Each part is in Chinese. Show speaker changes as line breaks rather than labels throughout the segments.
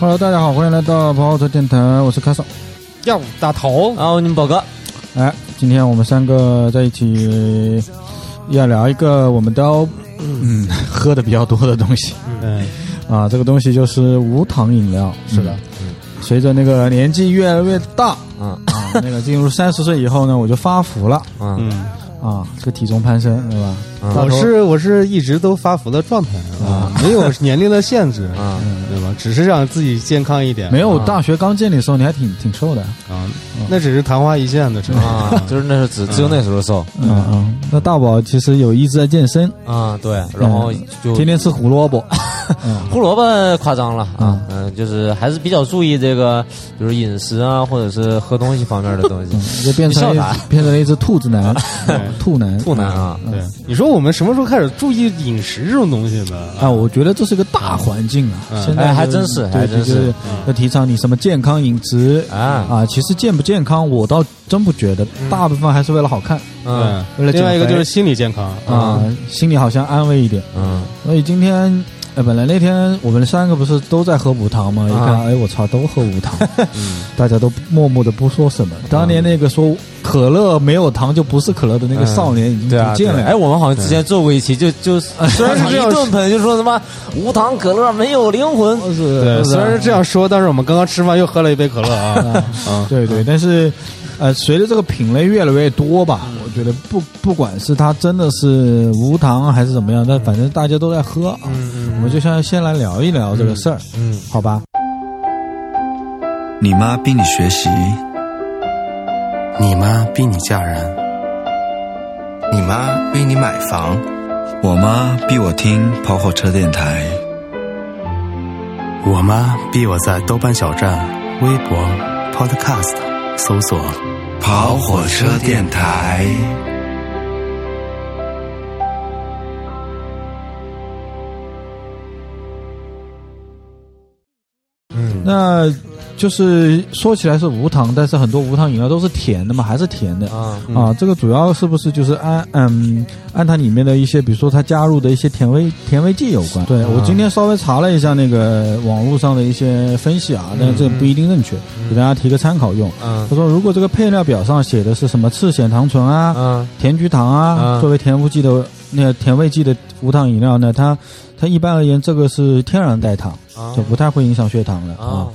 Hello，大家好，欢迎来到跑火车电台，我是卡萨。
要大头，
啊，
哦
你们宝哥，
哎，今天我们三个在一起要聊一个我们都嗯喝的比较多的东西
嗯，
啊，这个东西就是无糖饮料。是的，随着那个年纪越来越大
嗯
啊，那个进入三十岁以后呢，我就发福了
嗯，
啊，这个体重攀升，对吧？大
啊
头
我是我是一直都发福的状态啊，没有年龄的限 制
啊，
对吧？只是让自己健康一点，
没有大学刚建立的时候，你还挺挺瘦的。
啊，那只是昙花一现的事
啊，就是那时候只只有那时候瘦
嗯嗯，那大宝其实有一直在健身，嗯
啊，对，然后就
天天吃胡萝卜。嗯
胡萝卜夸张了啊，嗯，就是还是比较注意这个，比如饮食啊，或者是喝东西方面的东西。
就变成了
你
一
笑啥啊
变成了一只兔子 男，嗯兔男，
不难啊，
对，你说我们什么时候开始注意饮食这种东西的？
啊！我觉得这是个大环境啊，
嗯
现在
哎
就
还真是
对
还真是
就是要提倡你什么健康饮食
啊
啊，其实健不健康，我倒真不觉得，大部分还是为了好看
嗯
为
对，
了减
另外一个
肥
就是心理健康
啊，心里好像安慰一点。
嗯，
所以今天。哎，本来那天我们三个不是都在喝无
啊
糖吗？一看，哎，我操，都喝无 糖，
嗯
大家都默默的不说什么。当年那个说可乐没有糖就不是可乐的那个少年已经
对啊
不，见了
对
呀。
哎，我们好像之前做过一期，就就
啊
虽然是一顿喷，就说什么无糖可乐没有灵魂，
是是不是啊
对，虽然是这样说，但是我们刚刚吃饭又喝了一杯可 乐啊，啊，
对对，但是，呃，随着这个品类越来越多吧，我觉得不不管是它真的是无糖还是怎么样，但反正大家都在喝
嗯
啊，我们就先先来聊一聊这个事儿，嗯，好吧？
你妈逼你学习，
你妈逼你嫁人，你妈逼你买房，
我妈逼我听跑火车电台，
我妈逼我在豆瓣小站、微博、Podcast 搜索。
跑火车电台。
那就是说起来是无糖，但是很多无糖饮料都是甜的嘛，还是甜的
啊
啊？这个主要是不是就是按嗯按它里面的一些，比如说它加入的一些甜味甜味剂有关？对
啊
我今天稍微查了一下那个网络上的一些分析啊，但是这不一定正确，给大家提个参考用。
嗯
他说，如果这个配料表上写的是什么赤藓糖醇啊、
嗯
甜菊糖啊，
嗯
作为甜味剂的那个甜味剂的无糖饮料呢，它它一般而言这个是天然代糖，
啊
就不太会影响血糖的啊
啊。啊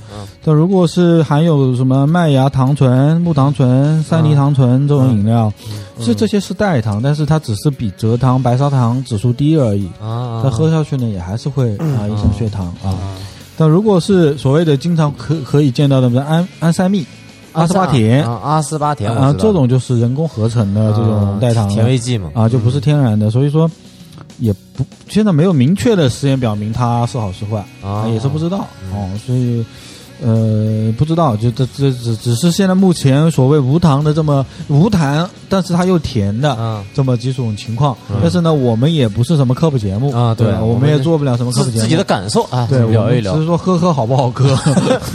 但如果是含有什么麦芽糖醇、木糖醇、三梨糖醇这种饮料，
嗯
是这些是代糖，但是它只是比蔗糖、白砂糖指数低而已。
啊，
它喝下去呢，也还是会
嗯
啊影响血糖啊。但如果是所谓的经常可可以见到的，比如安安赛蜜、阿斯巴甜
啊阿斯巴甜
啊，这种就是人工合成的这种代糖了
啊甜味嗯剂嘛，
啊，就不是天然的，所以说也不现在没有明确的实验表明它是好是坏
啊
也是不知道哦，所以。呃，不知道，就这这只只是现在目前所谓无糖的这么无糖，但是它又甜的、
嗯
这么几种情况。但是呢，我们也不是什么科普节目
啊对
对吧，
我
我们
们
也
是
做不了什么科
自
普节目。
自己的感受啊，
对，
聊一
我们
聊
只是说喝喝好不好 喝，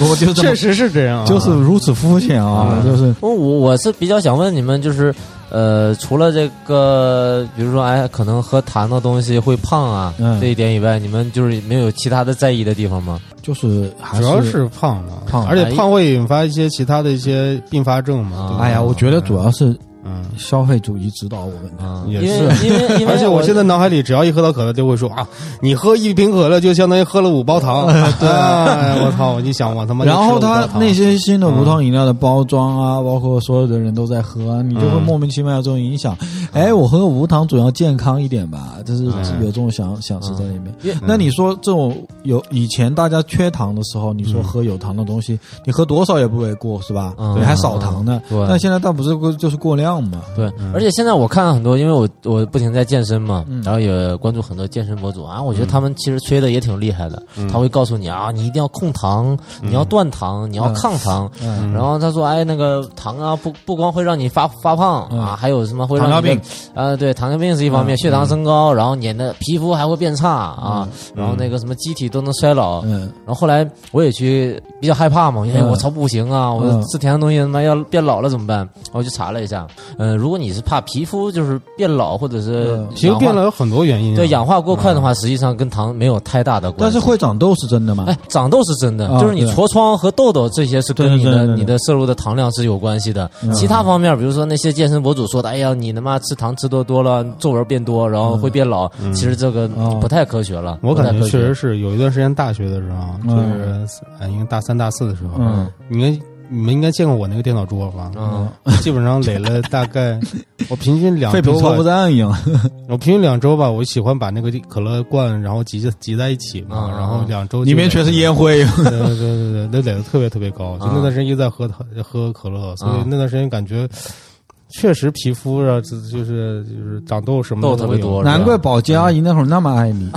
我就这么
确实是这样啊，
就是如此肤浅啊，
嗯
就是
我我是比较想问你们，就是呃，除了这个，比如说哎，可能喝糖的东西会胖啊、
嗯
这一点以外，你们就是没有其他的在意的地方吗？
就是还
主要是胖了，
胖了
而且胖会引发一些其他的一些并发症嘛。对吧
哎呀，我觉得主要是
嗯，
消费主义指导我们的。
啊、
也
因为
是
因为 因为
而且我现在脑海里只要一喝到可乐，就会说啊，你喝一瓶可乐就相当于喝了五包糖。对，哎我操！我一想，我他妈就
然后
吃了五啊
它
包糖
那些新的无
嗯
糖饮料的包装啊，包括所有的人都在喝，啊你就会
嗯
莫名其妙有这种影响。哎，我喝个无糖总要健康一点吧，就是
嗯
有这种想想是在里面。那你说这种有以前大家缺糖的时候，你说
嗯
喝有糖的东西，你喝多少也不为过是吧？
嗯
你还少糖呢。
对
但现在倒不是过就是过量嘛。
哦
对，而且现在我看了很多，因为我我不停在健身嘛，
嗯
然后也关注很多健身博主啊，我觉得他们其实吹的也挺厉害的，
嗯
他会告诉你啊，你一定要控糖，你要断糖，你要
嗯
抗糖，然后他说哎那个糖啊不不光会让你发发胖啊，还有什么会让你
嗯
的
糖尿病嗯
啊对糖尿病是一方面，血糖升高，然后你的皮肤还会变差啊，然后那个什么机体都能衰老，
嗯，
然后后来我也去比较害怕嘛，因为
嗯
我操不行啊，我
嗯
吃甜的东西他妈要变老了怎么办？然后我去查了一下，呃，如果你是怕皮肤就是变老或者是
嗯
其实
氧化
变老有很多原因啊，
对氧化过快的话，实际上跟糖没有太大的关
但
系。
是会长痘是真的吗？
哎，长痘是真的，
啊
就是你
对
痤疮和痘痘这些是
对
跟
对
你
对
的
对对嗯
你的摄入的糖量是有关系的。其他方面，比如说那些健身博主说的，哎呀，你他妈吃糖吃多多了，皱纹变多，然后会变老，其实这个
哦
不太科学了。
我感觉
不太科
确
学
实是有一段时间，大学的时候，啊就是哎，应该大三、大四的时候，
嗯，
你应该你们应该见过我那个电脑桌吧？
嗯，
基本上垒了大 概，我平均两
废品
周
超负
吧，
担一样。
我平均两周吧，我喜欢把那个可乐罐，然后集集在一起嘛，
嗯
然后两 周就
里面全是烟灰。
对对对对对，那垒的特别特别高，就
啊
那段时间一直在喝糖喝可乐，所以
啊
那段时间感觉。确实，皮肤啊，这就是就是长痘什么
痘
的
特
都
别
有
多，
难怪
是吧
保洁阿姨那会儿那么爱 你，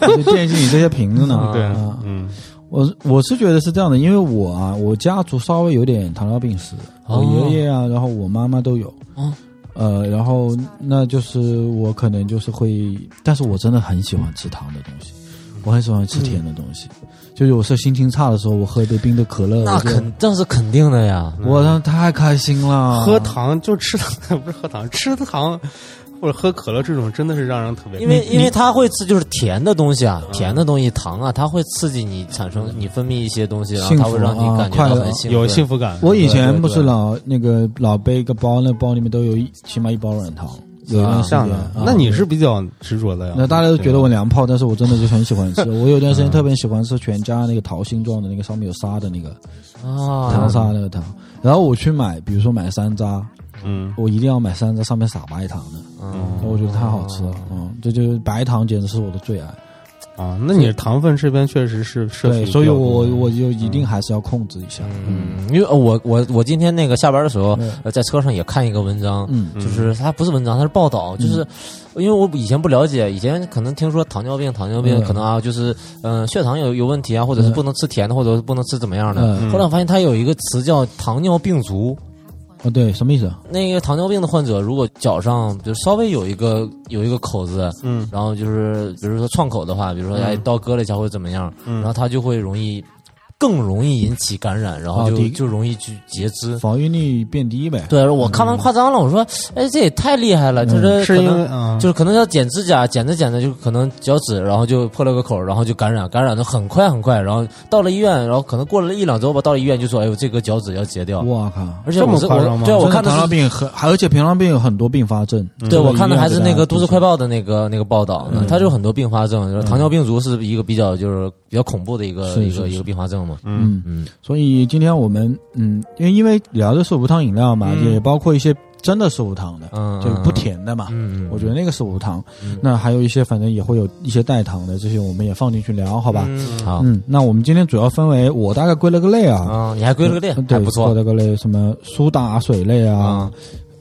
就惦记你这些瓶子呢。
啊
对
啊，
嗯，
我我是觉得是这样的，因为我啊，我家族稍微有点糖尿病史，
哦
我爷爷啊，然后我妈妈都有。
哦
呃，然后那就是我可能就是会，但是我真的很喜欢吃糖的东西，我很喜欢吃甜的东西。就有时候心情差的时候，我喝一杯冰的可乐，
那
我就
肯这是肯定的呀。
我当时太开心了。
喝糖就吃糖， 不是喝糖，吃糖或者喝可乐这种，真的是让人特别
因为因为它会刺就是甜的东西
嗯
啊，甜的东西糖啊，它会刺激你产生你分泌一些东西，然后
幸
它
福
会让你
啊
感觉
快
到
乐
很啊幸福，
有幸福感。
我以
对对
前不
对
是老那个老背一个包，那包里面都有一起码一包软糖，有一段时间
像的
啊，
那你是比较执着
啊
的呀？
那大家都觉得我娘炮，但是我真的就很喜欢 吃。我有段时间特别喜欢吃全家那个桃心状的那个上面有沙的那个糖
啊。
沙那个糖，然后我去买，比如说买山楂，
嗯，
我一定要买山楂上面撒白糖的，
嗯
我觉得太好吃了，嗯，这就是白糖简直是我的最爱。
啊，那你糖分这边确实是摄
对，
取，
所以我我就一定还是要控制一下。
嗯，因为呃我我我今天那个下班的时候，呃，在车上也看一个文章，
嗯
就是它不是文章，它是报道，就是因为我以前不了解，以前可能听说糖尿病，糖尿病
嗯
可能啊，就是嗯、呃血糖有有问题啊，或者是
嗯
不能吃甜的，或者是不能吃怎么样的。
嗯，
后来我发现它有一个词叫糖尿病足，
哦对，什么意思啊？
那个糖尿病的患者，如果脚上就稍微有一个有一个口子，
嗯，
然后就是比如说创口的话，比如说哎刀割了一下或者怎么样，
嗯
然后它就会容易更容易引起感染，然后
哦
就
对
就容易去截肢。
防御力变低呗。
对，我看完夸张了，我说哎这也太厉害了，就是
是
可
因
能
为啊，
就是可能要剪指甲，剪着剪着就可能脚趾，然后就破了个口，然后就感染，感染的很快很快，然后到了医院，然后可能过了一两周吧，到了医院就说哎呦这个脚趾要截掉，
我靠！
而且
这么
我是
夸张
我
吗
对我
真的
看的
糖
是
尿病很，而且糖尿病有很多并发症。
对，我看
嗯
的
一定要
还是
给
那个《
大家
都
嗯提
市快
醒
报》的那个那个报道，它就有很多并发症，就是糖尿病足是一个比较就是比较恐怖的一个
嗯是
一
是
个
是
一个并发症嘛。
嗯
嗯，
所以今天我们嗯，因为因为聊的是无糖饮料嘛，也包括一些真的是无糖的，
嗯
就不甜的嘛。
嗯嗯嗯
我觉得那个是无糖，那还有一些反正也会有一些代糖的，这些我们也放进去聊，好吧？
嗯好
嗯，那我们今天主要分为我大概归了个类啊，
啊，你还归了个类
嗯，
还
对，
不
归
错。嗯
了个类，什么苏打水类啊。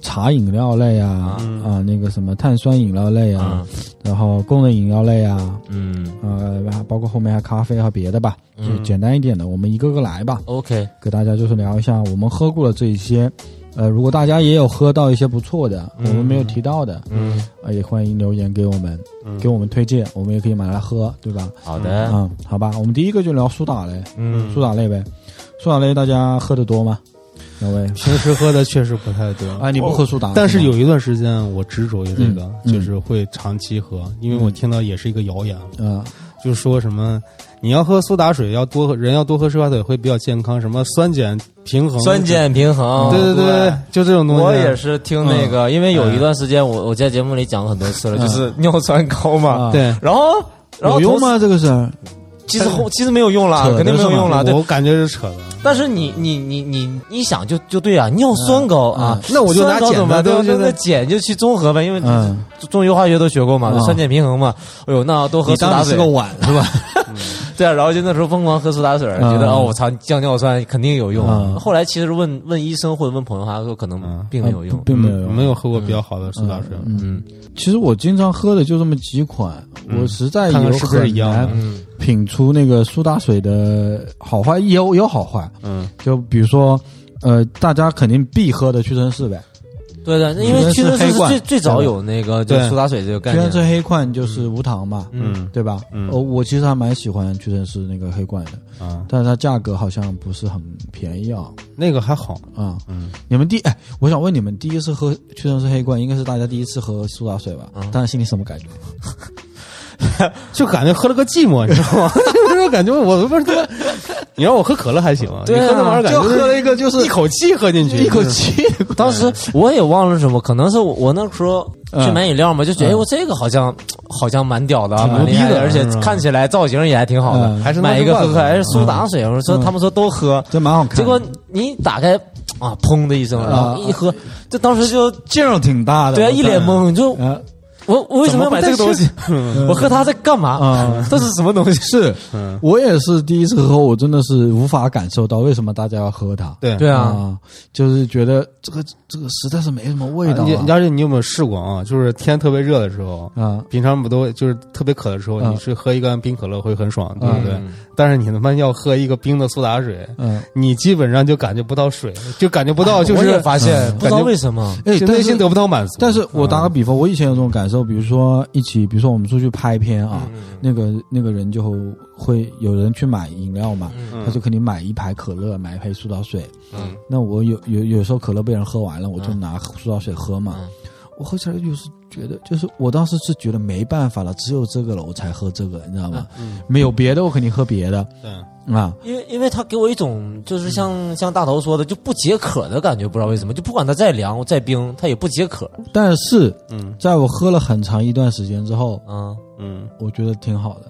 茶饮料类啊，啊，那个什么碳酸饮料类啊，然后功能饮料类啊，
嗯
呃，还包括后面还咖啡和别的吧，就简单一点的，我们一个个来吧，
，OK，
给大家就是聊一下我们喝过的这一些。呃，如果大家也有喝到一些不错的，
嗯
我们没有提到的，嗯，呃，也欢迎留言给我们，
嗯
给我们推荐，我们也可以买来喝，对吧？
好
啊、
的，
好吧，我们第一个就聊苏打嘞，
嗯，
苏打类呗，苏打类大家喝的多吗？两位
平时喝的确实不太多。
啊，你不喝苏打，
哦但是
吗
有一段时间我执着于这个，
嗯
就是会长期喝，因为我听到也是一个谣言，
啊、
就说什么你要喝苏打水，要多喝人要多喝苏打水会比较健康，什么酸碱平衡，
酸，碱平衡，
哦嗯
对对对，就这种东西。
我也是听那个，因为有
嗯
一段时间我我在节目里讲过很多次了，就是尿酸高嘛，
啊
对，
然后然后
有用
同时？
吗？这个事儿
其实后其实没有用了，
扯的
肯定没有用了，对。
我感觉是扯的。
但是你你你你你想就就对啊，
嗯
尿酸高啊，
那我就拿
酸高
碱
怎么
吧
办
对
对
不
吧？
对
那那碱就去综合呗，因为
嗯
中医化学都学过嘛，
嗯
酸碱平衡嘛。哎呦，那多喝
你
苏
当
打
然是
水
个， 碗是吧？
对啊，然后就那时候疯狂喝苏打水，
嗯
觉得哦，我操，降尿酸肯定有用。
嗯
后来其实问问医生或者问朋友，他说可能并没有用
啊。并没有
嗯
用，
没有喝过比较好的苏打水。
嗯
其实我经常喝的就这么几款，我实在有
嗯看看是不是一样的
很难
嗯
品出那个苏打水的好坏，有有好坏。
嗯，
就比如说，呃，大家肯定必喝的屈臣氏呗，
对的，那因为屈臣氏
黑
是
罐
最最早有那个就
对
苏打水这个概
屈臣氏
念，
黑罐就是无糖嘛，
嗯
对吧？
嗯
哦，我其实还蛮喜欢屈臣氏那个黑罐的，
啊，
但是它价格好像不是很便宜啊。
那个还好，
啊、
嗯，
你们第哎，我想问你们，第一次喝屈臣氏黑罐，应该是大家第一次喝苏打水吧？
啊
当时心里什么感觉？
就感觉喝了个寂寞，你知道 吗？就是感觉我不是他妈，你让我喝可乐还行，
对啊
你喝那玩意儿感觉
就喝了一个就是
一口气喝进去，
一口 气，
当
嗯
时我也忘了什么，可能是我我那时候去买饮料嘛，就觉得哎我这个好像好像蛮屌的啊，
嗯挺牛
蛮
逼
厉
的
害的，而且
是吧
看起来造型也还挺好的
嗯，
还是
买一个
罐
喝
子
喝，还是苏打水，我说
嗯
他们说都喝，
这蛮好看的。
结果你打开啊，砰的一
嗯
声，然后一喝，这当时就
劲儿挺大的，
对啊，一脸
我
懵，你就
看。
嗯
啊
我我为什么要买这个东西？ 我喝它在干嘛
嗯？
这是什么东西？
是
嗯，
我也是第一次喝，我真的是无法感受到为什么大家要喝它。
对
对啊，
啊，就是觉得这个这个实在是没什么味道
你
啊
而且你有没有试过啊？就是天特别热的时候，
啊。
平常不都就是特别渴的时候，
嗯
你是喝一罐冰可乐会很爽，对不对
嗯？
但是你他妈要喝一个冰的苏打水，
嗯，
你基本上就感觉不到水，就感觉不到，哦就
我也
是嗯
发现不知道为什么。
哎，
就内
但
心
是
得不嗯到满足。
但是我打个比方，我以前有这种感受，比如说一起，比如说我们出去拍片啊，
嗯
那个那个人就会有人去买饮料嘛，
嗯
他就肯定买一排可乐，买一杯苏打水。
嗯，
那我有有有时候可乐被人喝完了，我
嗯
就拿苏打水喝嘛。
嗯
我喝起来就是觉得，就是我当时是觉得没办法了，只有这个了，我才喝这个，你知道吗？
嗯
没有别的，我肯定喝别的
嗯
啊。
因为因为它给我一种就是
嗯
像像大头说的就不解渴的感觉，不知道为什么，就不管它再凉再冰，它也不解渴。
但是
嗯
在我喝了很长一段时间之后，
嗯，
嗯，
我觉得挺好的。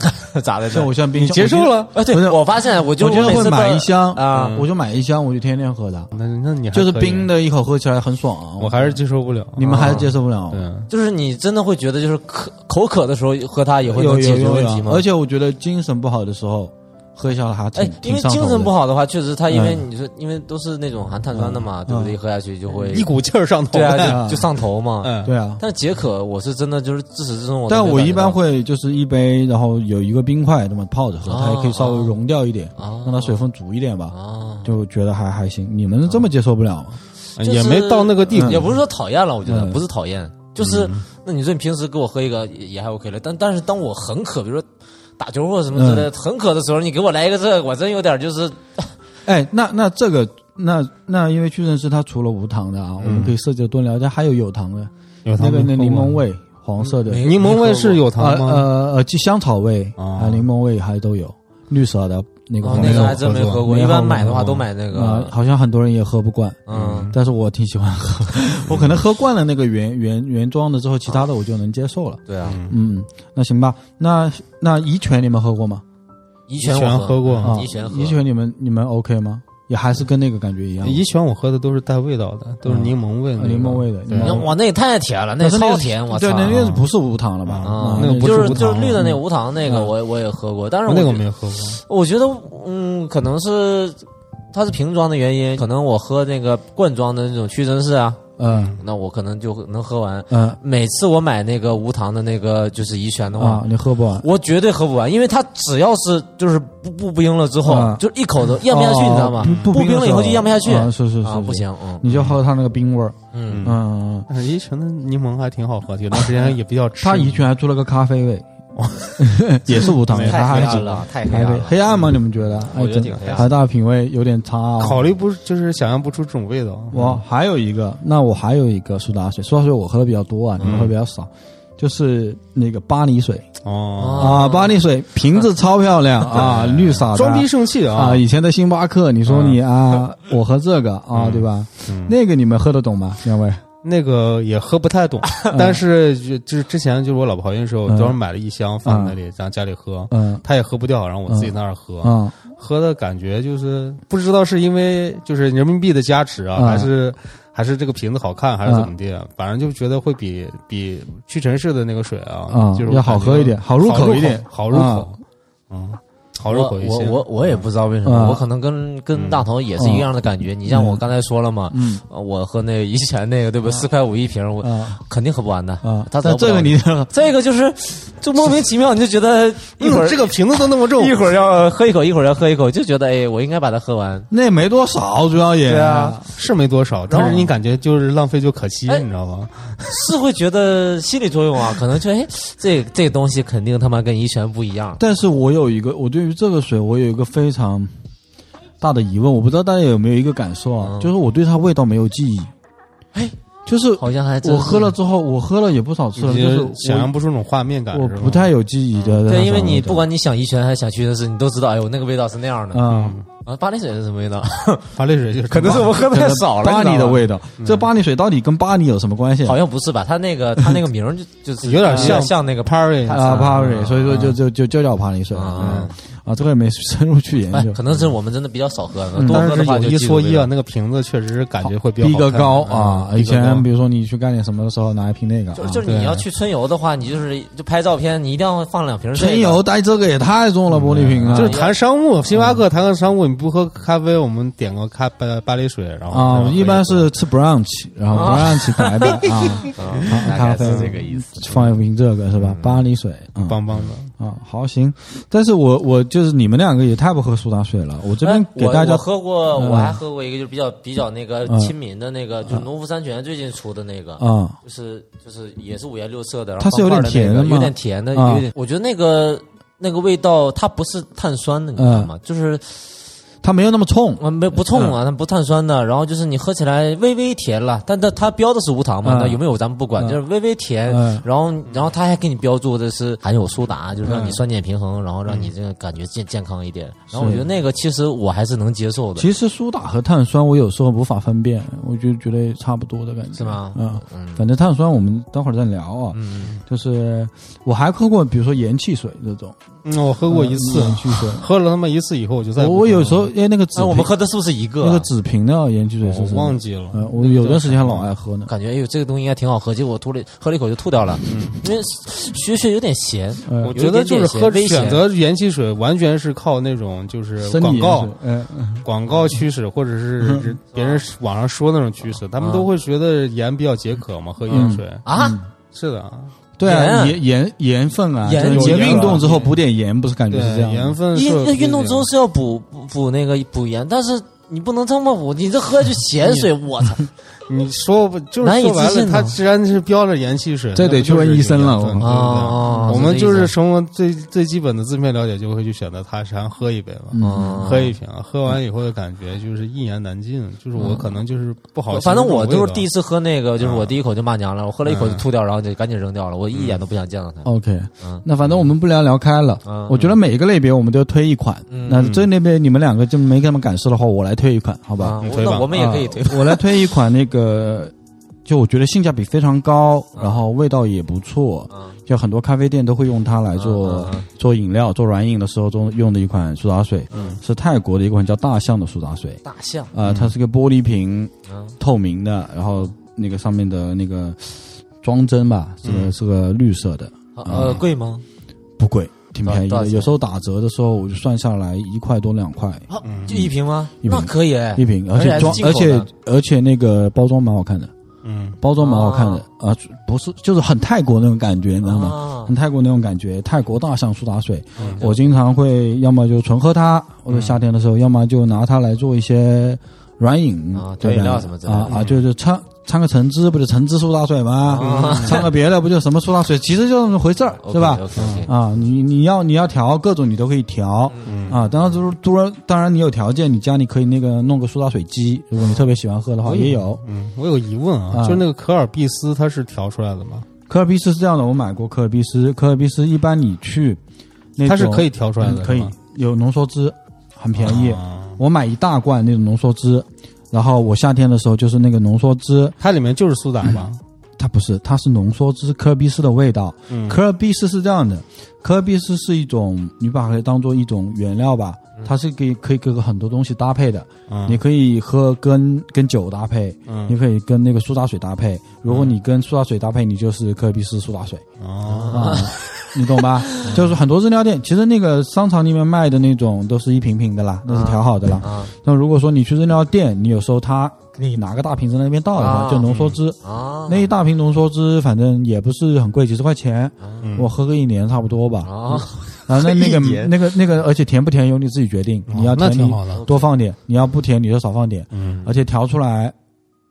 咋的？
像我像冰箱，
接受了。
啊，对
不是，
我发现我就
我就
每次
会
都
买一箱嗯
啊，
我就买一箱，我就天天喝的，
那那你还
就是
可以
冰，的，一口喝起来很爽啊。
我还是接受不了。
你们还
啊
是接受不了，
嗯
就是你真的会觉得就是渴口渴的时候喝它也会
有
能
有
解决
有
问题
有，
吗？
而且我觉得精神不好的时候喝一下还挺
哎，因
挺
为
上
精
头
神
的
不。好的话，确实它因为
嗯
你说因为都是那种含碳酸的嘛，对不对？一喝下去就会
一股气儿上头。
对啊，
啊
就就上头嘛。
嗯，
对 啊，
但解渴，我是真的就是自始至终我都
但
没
我
感
一
觉到
般会就是一杯，然后有一个冰块这么泡着喝，它也可以稍
哦
微溶掉一点，
哦
让它水分足一点吧，
啊，
就觉得还还行。你们
哦
这么接受不了吗？
就是
嗯也没到那个地步
也。不是说讨厌了，我觉得
嗯
不是讨厌，就是那你说你平时给我喝一个也也还 OK 了，但但是当我很渴，比如说打球或者什么之类
嗯
的，很渴的时候，你给我来一个这个，我真有点就是
哎，那那这个。那那因为屈臣氏它除了无糖的啊，我
嗯
们可以涉及的多聊一下，还有有糖的，
有
那
糖
个
吗
那柠檬，味，黄色的，
柠檬味是有糖
呃
吗？
呃呃，就香草味
哦
啊，柠檬味还都有，绿色的那个
哦
黄
那
色
个
的
还真没喝过，
没
一
喝
般
过
买的话都买那
啊
个，
好像很多人也喝不惯。
嗯，
但是我挺喜欢喝， 我可能喝惯了那个原原原装的之后，其他的我就能接受了。
对啊，
嗯，那行吧，那那怡泉你们喝过吗？
怡
怡
泉
泉
我
喝过
啊，
怡泉喝
怡泉你们你们 OK 吗？也还是跟那个感觉一样吗，
怡泉我喝的都是带味道的，都是柠檬味的
啊
那个，
柠檬味的，柠
对
檬味
哇，那也太甜了，那
嗯但是那
超
个
甜，我操
对，！那个是不是无糖了吧？
啊
啊，嗯
那个不
就是
是无
就是
糖
绿的那个无糖那个，我我也喝过，但是
我那个
我
我
觉
没喝过。
我觉得，嗯，可能是它是瓶装的原因，可能我喝那个罐装的那种屈臣氏啊，
嗯
那我可能就能喝完。
嗯
每次我买那个无糖的那个就是怡泉的话，
啊，你喝不完。
我绝对喝不完，因为它只要是就是不不冰了之后，
啊
就一口都咽不下去，
哦
你知道吗？
不
不
冰
冰了以后就咽不下去，
啊是是是
啊，
是
不行，嗯
你就喝它那个冰味儿。
嗯，
嗯嗯，嗯
但是怡泉的柠檬还挺好喝，有段时间也比较 吃。
它怡泉还出了个咖啡 味，也是无糖的，
太
它
黑
还
暗
是
了，太黑
咖
暗
啡
了。
黑暗吗？你们觉得？
我
哎，
觉得
真
挺黑啊暗的
海大品味有点差啊。
考虑不就是想象不出这种味道。
我还有一个，那我还有一个苏打水，苏打水我喝的比较多
嗯
啊，你们喝比较少。就是那个巴黎水
哦，
啊，巴黎水瓶子超漂 亮啊，绿色的
装逼盛气啊
啊！！以前在星巴克，你说
嗯
你啊，我喝这个啊，对吧？那个你们喝得懂吗？两位？
那个也喝不太懂，但是就就是之前就是我老婆怀孕的时候，
嗯
专门买了一箱放在那里，让家里喝。
嗯
她也喝不掉，然后我自己在那儿喝，
啊
喝的感觉就是不知道是因为就是人民币的加持啊，
嗯
还是还是这个瓶子好看，还
啊
是怎么地，啊反正就觉得会比比屈臣氏的那个水啊，
啊
就是，
要好喝一点，
好
好入口一点，
好入口。
啊
嗯，潮热口欲
我
心。
我我也不知道为什么，
啊
我可能跟跟大头也是一样的感觉。你像我刚才说了嘛，
嗯
呃我喝那个以前那个对吧，四块五一瓶，我
啊
肯定喝不完的
啊！
他
但这个你
这个就是就莫名其妙，你就觉得一会
嗯
儿
这个瓶子都那么重，
一会儿要喝一口，一会儿要喝一口，就觉得哎，我应该把它喝完。
那也没多少，主要也
对啊，是没多少，
啊
但是你感觉就是浪费就可惜，
哎
你知道吗？
是会觉得心理作用啊，可能就哎，这这东西肯定他妈跟怡泉不一样。
但是我有一个，我对于这个水，我有一个非常大的疑问，我不知道大家有没有一个感受啊，就是我对它味道没有记忆。
嗯哎，
就是
好像还真
我
是
喝了之后，我喝了也不少次了，
你
就是
想象不出那种画面感，
我我
是吧
不太有记忆的。
嗯对，因为你不管你想怡泉还是想屈臣氏，你都知道，哎呦，那个味道是那样的。
啊，
啊，巴黎水是什么味道？
发泪水就是，
可能是我喝
可
太
能
少了。
巴
你
黎
知道
的
吗
味道，这巴黎水到底跟巴黎有什么关系？啊
好像不是吧？他那个他那个名儿就就是
有点像
像像那个
Parry
啊，巴黎，所以说
嗯
就就就就叫巴黎水
啊
嗯啊，这个也没深入去研
哎
究，。
可能是我们真的比较少喝，
嗯
多
但
喝
是
的话
有
就
一
记
说
住
一啊，
味道。
那个瓶子确实是感觉会比较
逼格
好看
高啊！
嗯
以
逼格高
前比如说你去干点什么的时候，拿一瓶那个
就
啊。
就是你要去春游的话，你就是就拍照片，你一定要放两瓶这个。
春游带这个也太重了，玻璃瓶啊！
就是谈商务，星巴克谈个商务，你不喝咖啡，我们点个咖呃巴巴黎水，然后
啊，我一般
喝
是吃 brunch，然后 brunch 白的 啊，啊咖啡
意思。嗯
放一瓶这个是吧？巴黎水啊
一杯棒棒的。
啊，好行。但是我我就是你们两个也太不喝苏打水了，我这边
哎
给大
我
家
我喝过，
嗯
我还喝过一个，就是比较比较那个
嗯
亲民的那个，就是农夫山泉最近出的那个，
啊
就是就是也是五颜六色的，然
它
后
是有
方块的
点甜的
那
吗
个有点甜的，
啊
有点。我觉得那个那个味道，它不是碳酸的，你知道
嗯
吗？就是
它没有那么冲
嗯，没不冲啊，它不碳酸的，然后就是你喝起来微微甜了，但它它标的是无糖嘛，
嗯
那有没有咱们不管，
嗯
就是微微甜
嗯，
然后然后它还给你标注的是含有苏打，就是
嗯
让你酸碱平衡，然后让你这个感觉健健康一点。然后我觉得那个其实我还是能接受的，
其实苏打和碳酸我有时候无法分辨，我就觉得差不多的感觉。
是吗？
嗯，
嗯
反正碳酸我们待会儿再聊啊。
嗯，
就是我还喝过，比如说盐汽水这种，
嗯，我喝过一次，
盐汽水。
喝了他妈一次以后，我就再也
我我
不喝
有
了
时候哎，那个纸
那我们
瓶
喝的是不是一个
那
啊？
个纸瓶的盐汽水是
我
什么
哦忘？记了，
嗯，我有段时间老爱喝呢。
感觉哎呦，这个东西应该挺好喝，结果我吐了喝了一口就吐掉了，因为雪雪有点咸，
嗯
我觉得就是
有
喝
一点点咸
选择盐汽水，完全是靠那种就是
生
广
理
告
盐、水，嗯，
广告驱使，或者是别人网上说那种驱使，他们
嗯
都会觉得盐比较解渴嘛，喝
嗯
盐水
啊，
是的啊，
对啊，
盐
盐盐盐分啊，
盐
就是
有
你
盐
运动
分
之后补点盐，不是感觉
对
是这样
盐
吗？
分是
运
有
那运动
这
之后
种
是要补补补那个补盐，但是你不能这么补，你这喝就咸水，我操！
你说不就是
难以
说白
置
了，
信
它
呢
既然是标着盐汽水，
这
那
得
不
去
就是
问医生了
盐
我
分对不对
哦
嗯我们
这
就
个意
是
思
生活最最基本的字面了解，就会去选择它，然后喝一杯嘛。
啊
嗯
喝
哦
一瓶，喝完以后的感觉就是一言难尽，就是我可能就是不好。
反正嗯我就是第一
次，
次喝那个，就是我第一口就骂娘了，我喝了一口就
嗯
吐掉，然后就赶紧扔掉了，我一眼都不想见到它。
OK，
嗯
那反正我们不聊聊开了
嗯。
我觉得每一个类别我们都推一款。那这类别你们两个就没什么感受的话，我来推一款，好吧
啊？
你，推吧
那我们也可以推
啊。 我来推一款那个，就我觉得性价比非常高，
嗯
然后味道也不错，
嗯
就很多咖啡店都会用它来做
嗯嗯嗯
做饮料、做软饮的时候中用的一款苏打水，
嗯
是泰国的一款叫大象的苏打水。
大象，
啊，它是个玻璃瓶，
嗯
透明的，然后那个上面的那个装帧吧，是
嗯
个是个绿色的，
呃，贵吗？
不贵，挺便宜
多少
的。
钱
有时候打折的时候，我就算下来一块多两块
啊，就一瓶吗？
一瓶
那可以，哎
一瓶，而且
还是
装
进
而
口的
且而且那个包装蛮好看的，
嗯，
包装蛮好看的
哦
啊，不是就是很泰国那种感觉，你知道吗？
啊
很泰国那种感觉，泰国大象苏打水，
哦
我经常会要么就纯喝它，
嗯
或者夏天的时候，要么就拿它来做一些软饮
啊
对吧
调饮料什么之类的嗯
啊啊，就是掺掺个橙汁，不就橙汁苏打水吗？ 掺个别的不就什么苏打 水？其实就那么回事儿，是吧？
哦？OK OK，
啊，你你要你要调各种你都可以调，
嗯
啊，当然就是当然当然你有条件，你家里可以那个弄个苏打水机，如果你特别喜欢喝的话，也有。
嗯，我有疑问
啊
啊，就是那个可尔必斯，它是调出来的吗？
科尔必斯是这样的，我买过科尔必斯，科尔必斯一般你去那种，
它是可以调出来的
嗯可以
是吗
有浓缩汁，很便宜。
啊
我买一大罐那种浓缩汁，然后我夏天的时候就是那个浓缩汁，
它里面就是苏打吧？
它不是，它是浓缩汁科尔必斯的味道。
嗯
科尔必斯是这样的，科尔必斯是一种，你把它当做一种原料吧，它是可以可以跟很多东西搭配的。你
嗯
可以喝跟跟酒搭配，你
嗯
可以跟嗯那个苏打水搭配。如果你跟苏打水搭配，你就是科尔必斯苏打水
哦，
啊。你懂 吧？就是很多日料店，其实那个商场里面卖的那种都是一瓶瓶的啦，那是调好的啦。
啊
那如果说你去日料店，你有时候他给你拿个大瓶子在那边倒一
啊
下，就浓缩汁。
嗯
啊
那一大瓶浓缩汁，反正也不是很贵，几十块钱，我喝个一年差不多吧。
啊
啊，那那个
啊 一年哦
那个那个，而且甜不甜由你自己决定，你要
那
甜
挺
你
好的
多放点，你要不甜你就少放点，
嗯，
而且调出来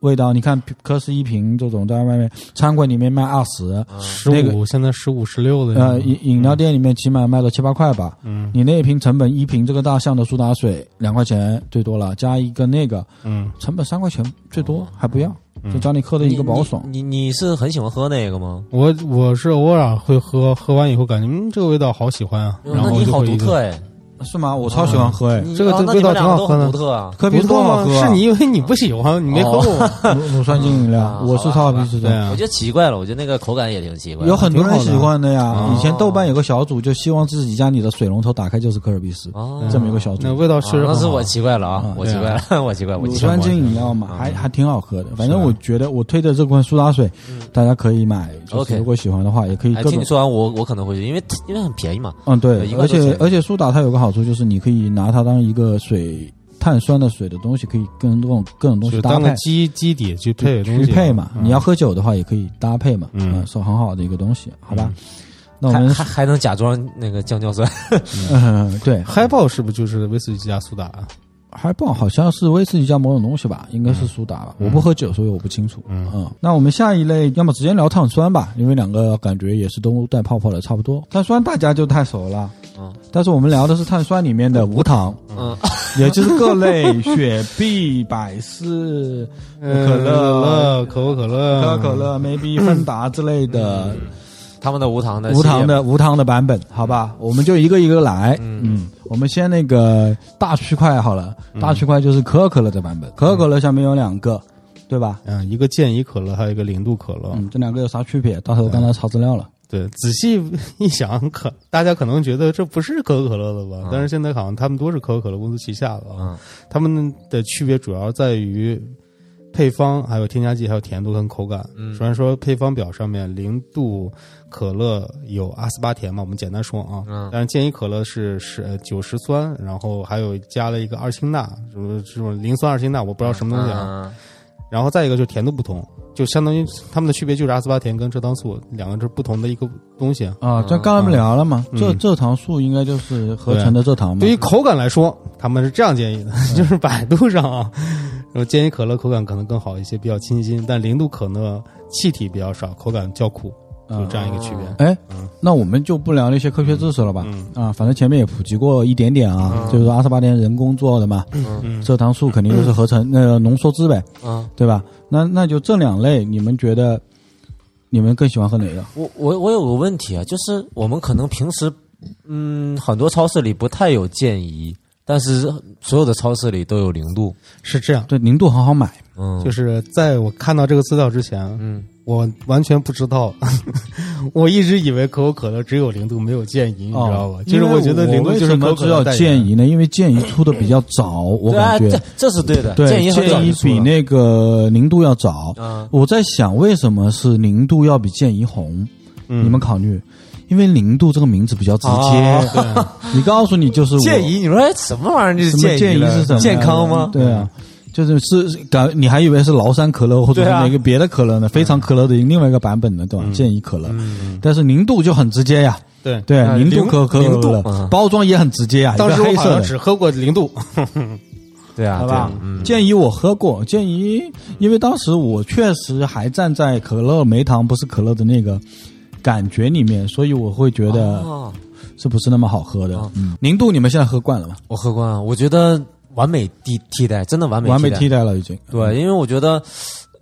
味道，你看科氏一瓶这种在外面餐馆里面卖二十，
啊十
那
五现在十五十六的样
呃，
子，
饮饮料店里面起码卖到七八块吧，
嗯
你那一瓶成本一瓶这个大象的苏打水两块钱最多了，加一个那个
嗯，
成本三块钱最多还不要，就找哦嗯你喝的一个保爽。
你你你是很喜欢喝那个吗？
我我是偶尔会喝，喝完以后感觉嗯这个味道好喜欢啊，然
嗯那
后
你
我就
好
会
独
一直
特哎，
是吗？我超喜欢喝哎，
你
这个
啊
这
那
味
你
道
们两
挺好
个都
喝
很
的
独特啊。
科比
不
多
错
好
吗？
喝啊，
是你因为你不喜欢，你没喝过。
乳乳酸菌饮料
啊，
我是超好吃
对
的。
啊
我觉，得奇怪了，我觉得那个口感也挺奇怪
嗯
的。
有很多人喜欢的
挺好
呀
的。
以前豆瓣有个小组，就希望自己家里的水龙头打开就是可尔必斯，
哦
这么一个小
那
组。
味道确
啊
实
那
很
是
好
我奇怪了啊
嗯，
我奇怪了， 我奇啊怪，我
乳
奇怪
酸。菌饮料嘛，还还挺好喝的。反正我觉得我推的这款苏打水，大家可以买。就是
OK
如果喜欢的话，也可以
哎，
各
听
种
你。说完，我我可能会去，因为因为很便宜嘛。
嗯，对
一，
而
块多
且
钱
而且苏打它有个好处就是，你可以拿它当一个水碳酸的水的东西，可以跟各种各种东西
就
搭
当个
配
基基底去配东
去
西
配嘛。
嗯
你要喝酒的话，也可以搭配嘛，
嗯
嗯，是很好的一个东西，好吧？那我
还
们
还还能假装那个降尿酸，
嗯，对，
嗨爆是不是就是威士忌加苏打啊？
还不好，好像是威士忌加某种东西吧，应该
嗯
是苏打吧。我不喝酒，所以我不清楚。
嗯
那我们下一类，要么直接聊碳酸吧，因为两个感觉也是都带泡泡的，差不多。碳酸大家就太熟了。
嗯
但是我们聊的是碳酸里面的无糖，
嗯，
也就是各类雪碧、百 事、
呃
可乐、
乐、可口呃可乐、
可口可乐、maybe 芬达之类的
嗯他们的无
呃
糖的
无糖
系列
的无糖的版本，好吧？我们就一个一个来。嗯，我们先那个大区块好了，
嗯
大区块就是可口可乐的版本。可口可乐下面有两个，对吧？
嗯，一个健怡可乐，还有一个零度可乐。
嗯，这两个有啥区别？到时候我刚才查资料了。
对，仔细一想，可大家可能觉得这不是可口可乐的吧？
嗯
但是现在好像他们都是可口可乐公司旗下的啊。他们的区别主要在于配方、还有添加剂、还有甜度跟口感。
嗯
虽然说配方表上面零度可乐有阿斯巴甜嘛，我们简单说啊。
嗯
但是健怡可乐是是九十酸，然后还有加了一个二氢钠，什么这种磷酸二氢钠，我不知道什么东西啊。
嗯
然后再一个就是甜度不同，就相当于它们的区别就是阿斯巴甜跟蔗糖素两个是不同的一个东西。
啊，这刚才
嗯
不聊了嘛？蔗蔗糖素应该就是合成的蔗糖嘛
对。于口感来说，他们是这样建议的，
嗯
就是百度上啊，说建议可乐口感可能更好一些，比较清新，但零度可乐气体比较少，口感较苦，就这样一个区别。
哎，那我们就不聊那些科学知识了吧？
嗯
啊，反正前面也普及过一点点啊，就是说阿斯巴甜人工做的嘛，
嗯
蔗糖素肯定就是合成那个浓缩汁呗，
嗯，
对吧？那那就这两类，你们觉得你们更喜欢喝哪个？
我我我有个问题啊，就是我们可能平时嗯很多超市里不太有建议，但是所有的超市里都有零度，
是这样，
对，零度很好买，
嗯，
就是在我看到这个资料之前，
嗯，
我完全不知道， 我一直以为可口可乐只有零度没有建议，你知道吧
哦？
就是我觉得零
因为
度
我
就
为
是
什
可
么
口
只
可乐
有
代言
建议呢？因为建议出的比较早，我
对啊，
感觉
这这是对的，
对
建议很早
建
就
议
出
比
了
那个零度要早。
嗯
我在想，为什么是零度要比建议红？
嗯
你们考虑，因为零度这个名字比较直
哦
接。 你告诉你就是我
建议，你说哎什么玩意儿？这
什么建
议
议是什么呀
健康吗？
对啊。就是是感，你还以为是崂山可乐或者是
对啊嗯
哪个别的可乐呢？非常可乐的另外一个版本呢，对吧？建议可乐，但是零度就很直接呀，
对。
对，
啊
零度
零
可可
零度
乐
嗯
包装也很直接呀，
当时
一个
我
黑
好
色
像
的，
只喝过零度，
对啊，
好
对啊
吧，？建议我喝过，建议，因为当时我确实还站在可乐没糖不是可乐的那个感觉里面，所以我会觉得
哦
是不是那么好喝的
哦。
嗯，零度你们现在喝惯了吗？
我喝惯了，我觉得完美替替代，真的完美
完美
替
替。代了已经。
对，因为我觉得，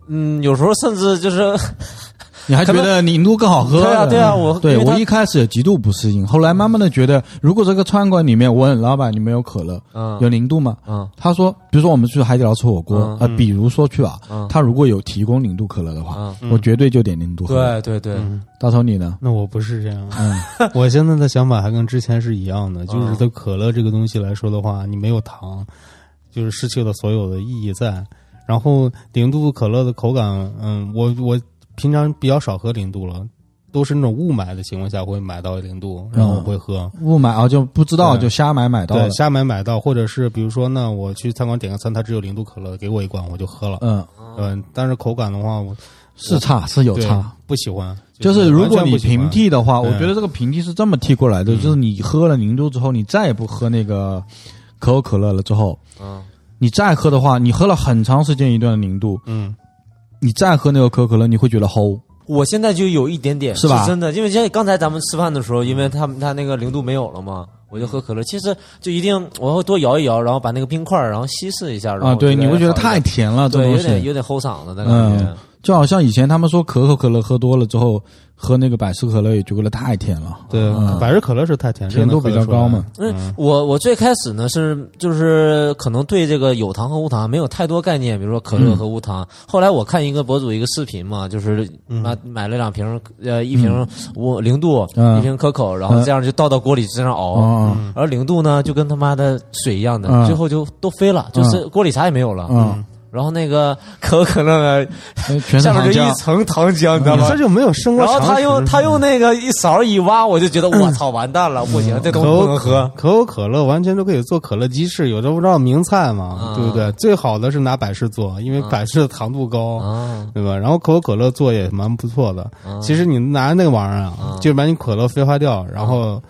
嗯，有时候甚至就是
你还觉得零度更好喝？
对啊对啊我
对
因为它
我一开始也极度不适应，后来慢慢的觉得，如果这个餐馆里面我问老板你们有可乐，
嗯
有零度吗？
嗯
他说，比如说我们去海底捞吃火锅啊
嗯、
呃比如说去啊，
嗯
他如果有提供零度可乐的话，
嗯
我绝对就点零度喝。，
对对对，
大头你呢？
那我不是这样。
嗯
我现在的想法还跟之前是一样的，就是对可乐这个东西来说的话，你没有糖，就是失去了所有的意义在。然后零度可乐的口感，嗯，我我平常比较少喝零度了，都是那种雾霾的情况下会买到零度，然后我会喝。
雾霾啊就不知道就瞎买买到
对
的，，
瞎买买到，或者是比如说呢，我去餐馆点个餐，它只有零度可乐，给我一罐我就喝了。
嗯，
嗯，但是口感的话，我
是差是有
对
差。
不喜欢。
就是如果
完全
你
不喜欢
平替的话，我
对
觉得这个平替是这么替过来的，
嗯
就是你喝了零度之后，你再也不喝那个可口可乐了之后，
嗯，
你再喝的话，你喝了很长时间一段零度，
嗯，
你再喝那个可口可乐，你会觉得齁。
我现在就有一点点，
是吧
真的，因为像刚才咱们吃饭的时候，因为他们他那个零度没有了嘛，我就喝可乐。其实就一定我会多摇一摇，然后把那个冰块儿然后稀释一下。然后
啊，对，你会觉得
好
太
一点
甜了，这
对，
东
有点
西
有点齁嗓子的感觉
嗯。就好像以前他们说可口可乐喝多了之后，喝那个百事可乐也觉得太甜了，
对百事可乐是太
嗯
甜，
甜度比较高嘛。
嗯，我我最开始呢是就是可能对这个有糖和无糖没有太多概念，比如说可乐和无糖。后来我看一个博主一个视频嘛，就是买、买了两瓶，呃，一瓶无零度，
嗯
一瓶可口，然后这样就倒到锅里这样熬。
啊，
而零度呢，就跟他妈的水一样的，
嗯
最后就都飞了，就是锅里啥也没有了。
嗯，
然后那个可口可乐呢，
嗯全是
下面
糖
就一
浆。
层糖浆，你知道吗
嗯这？就没有生活
嗯然
常识。
后他用他用那个一勺一挖，我就觉得我操，完蛋了，不行，这东西不能喝。
可口可乐完全都可以做可乐鸡翅，有的不知道名菜嘛，
啊
对不对？最好的是拿百事做，因为
嗯
百事的糖度高，
啊，
对吧？然后可口可乐做也蛮不错的。
啊
其实你拿那个玩意儿啊
啊，
就把你可乐挥发掉，然
嗯
后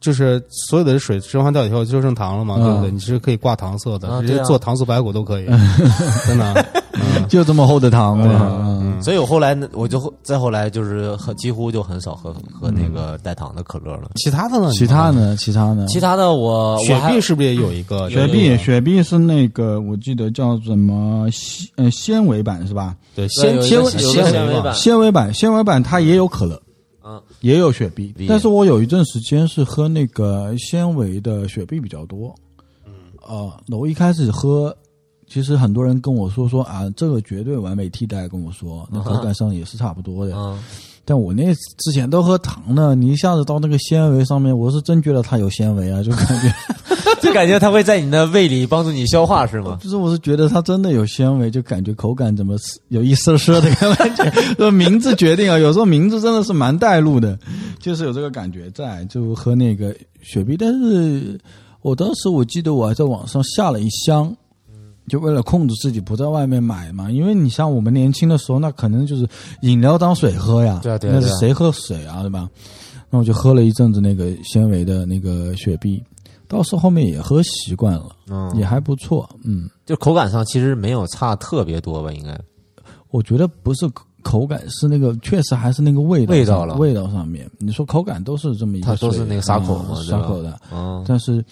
就是所有的水蒸发掉以后就剩糖了嘛，
嗯
对不对？你是可以挂糖色的，
啊
直接
对啊
做糖醋排骨 都可以，真的。
就这么厚的糖，我操嗯
所以我后来呢，我就后再后来就是很几乎就很少喝喝那
嗯
个带糖的可乐了。
其他的呢？
其他呢？其他呢？
其他的我
雪
我还
碧是不是也有一个？
雪
有
碧，
有
雪碧是那个我记得叫什么纤呃纤维版是吧？
对，
对
纤
有一
纤
个
维
有一个纤维
嘛
版，
纤维版，纤维版它也有可乐，
嗯，
也有雪碧
碧，
但是我有一阵时间是喝那个纤维的雪碧比较多，嗯，呃，我一开始喝。其实很多人跟我说说啊，这个绝对完美替代，跟我说那口感上也是差不多的。
嗯，
但我那之前都喝糖的，你一下子到那个纤维上面，我是真觉得它有纤维啊，就感觉？
就感觉它会在你的胃里帮助你消化是吗
就是我是觉得它真的有纤维，就感觉口感怎么是有一丝丝的感觉。 说名字决定啊，有时候名字真的是蛮带路的，
嗯
就是有这个感觉在，就喝那个雪碧。但是我当时我记得我还在网上下了一箱。
嗯
就为了控制自己不在外面买嘛，因为你像我们年轻的时候，那可能就是饮料当水喝呀，
对啊对啊
那是
对啊
谁喝水啊，对吧？那我就喝了一阵子那个纤维的那个雪碧，倒是后面也喝习惯了，
嗯
也还不错，嗯。
就口感上其实没有差特别多吧，应该。
我觉得不是口口感，是那个确实还是那个味道上
味道了
味道上面。你说口感都是这么一个
它
水，
都是那个沙口嘛
嗯
对
沙
吧
口的，
嗯，
但是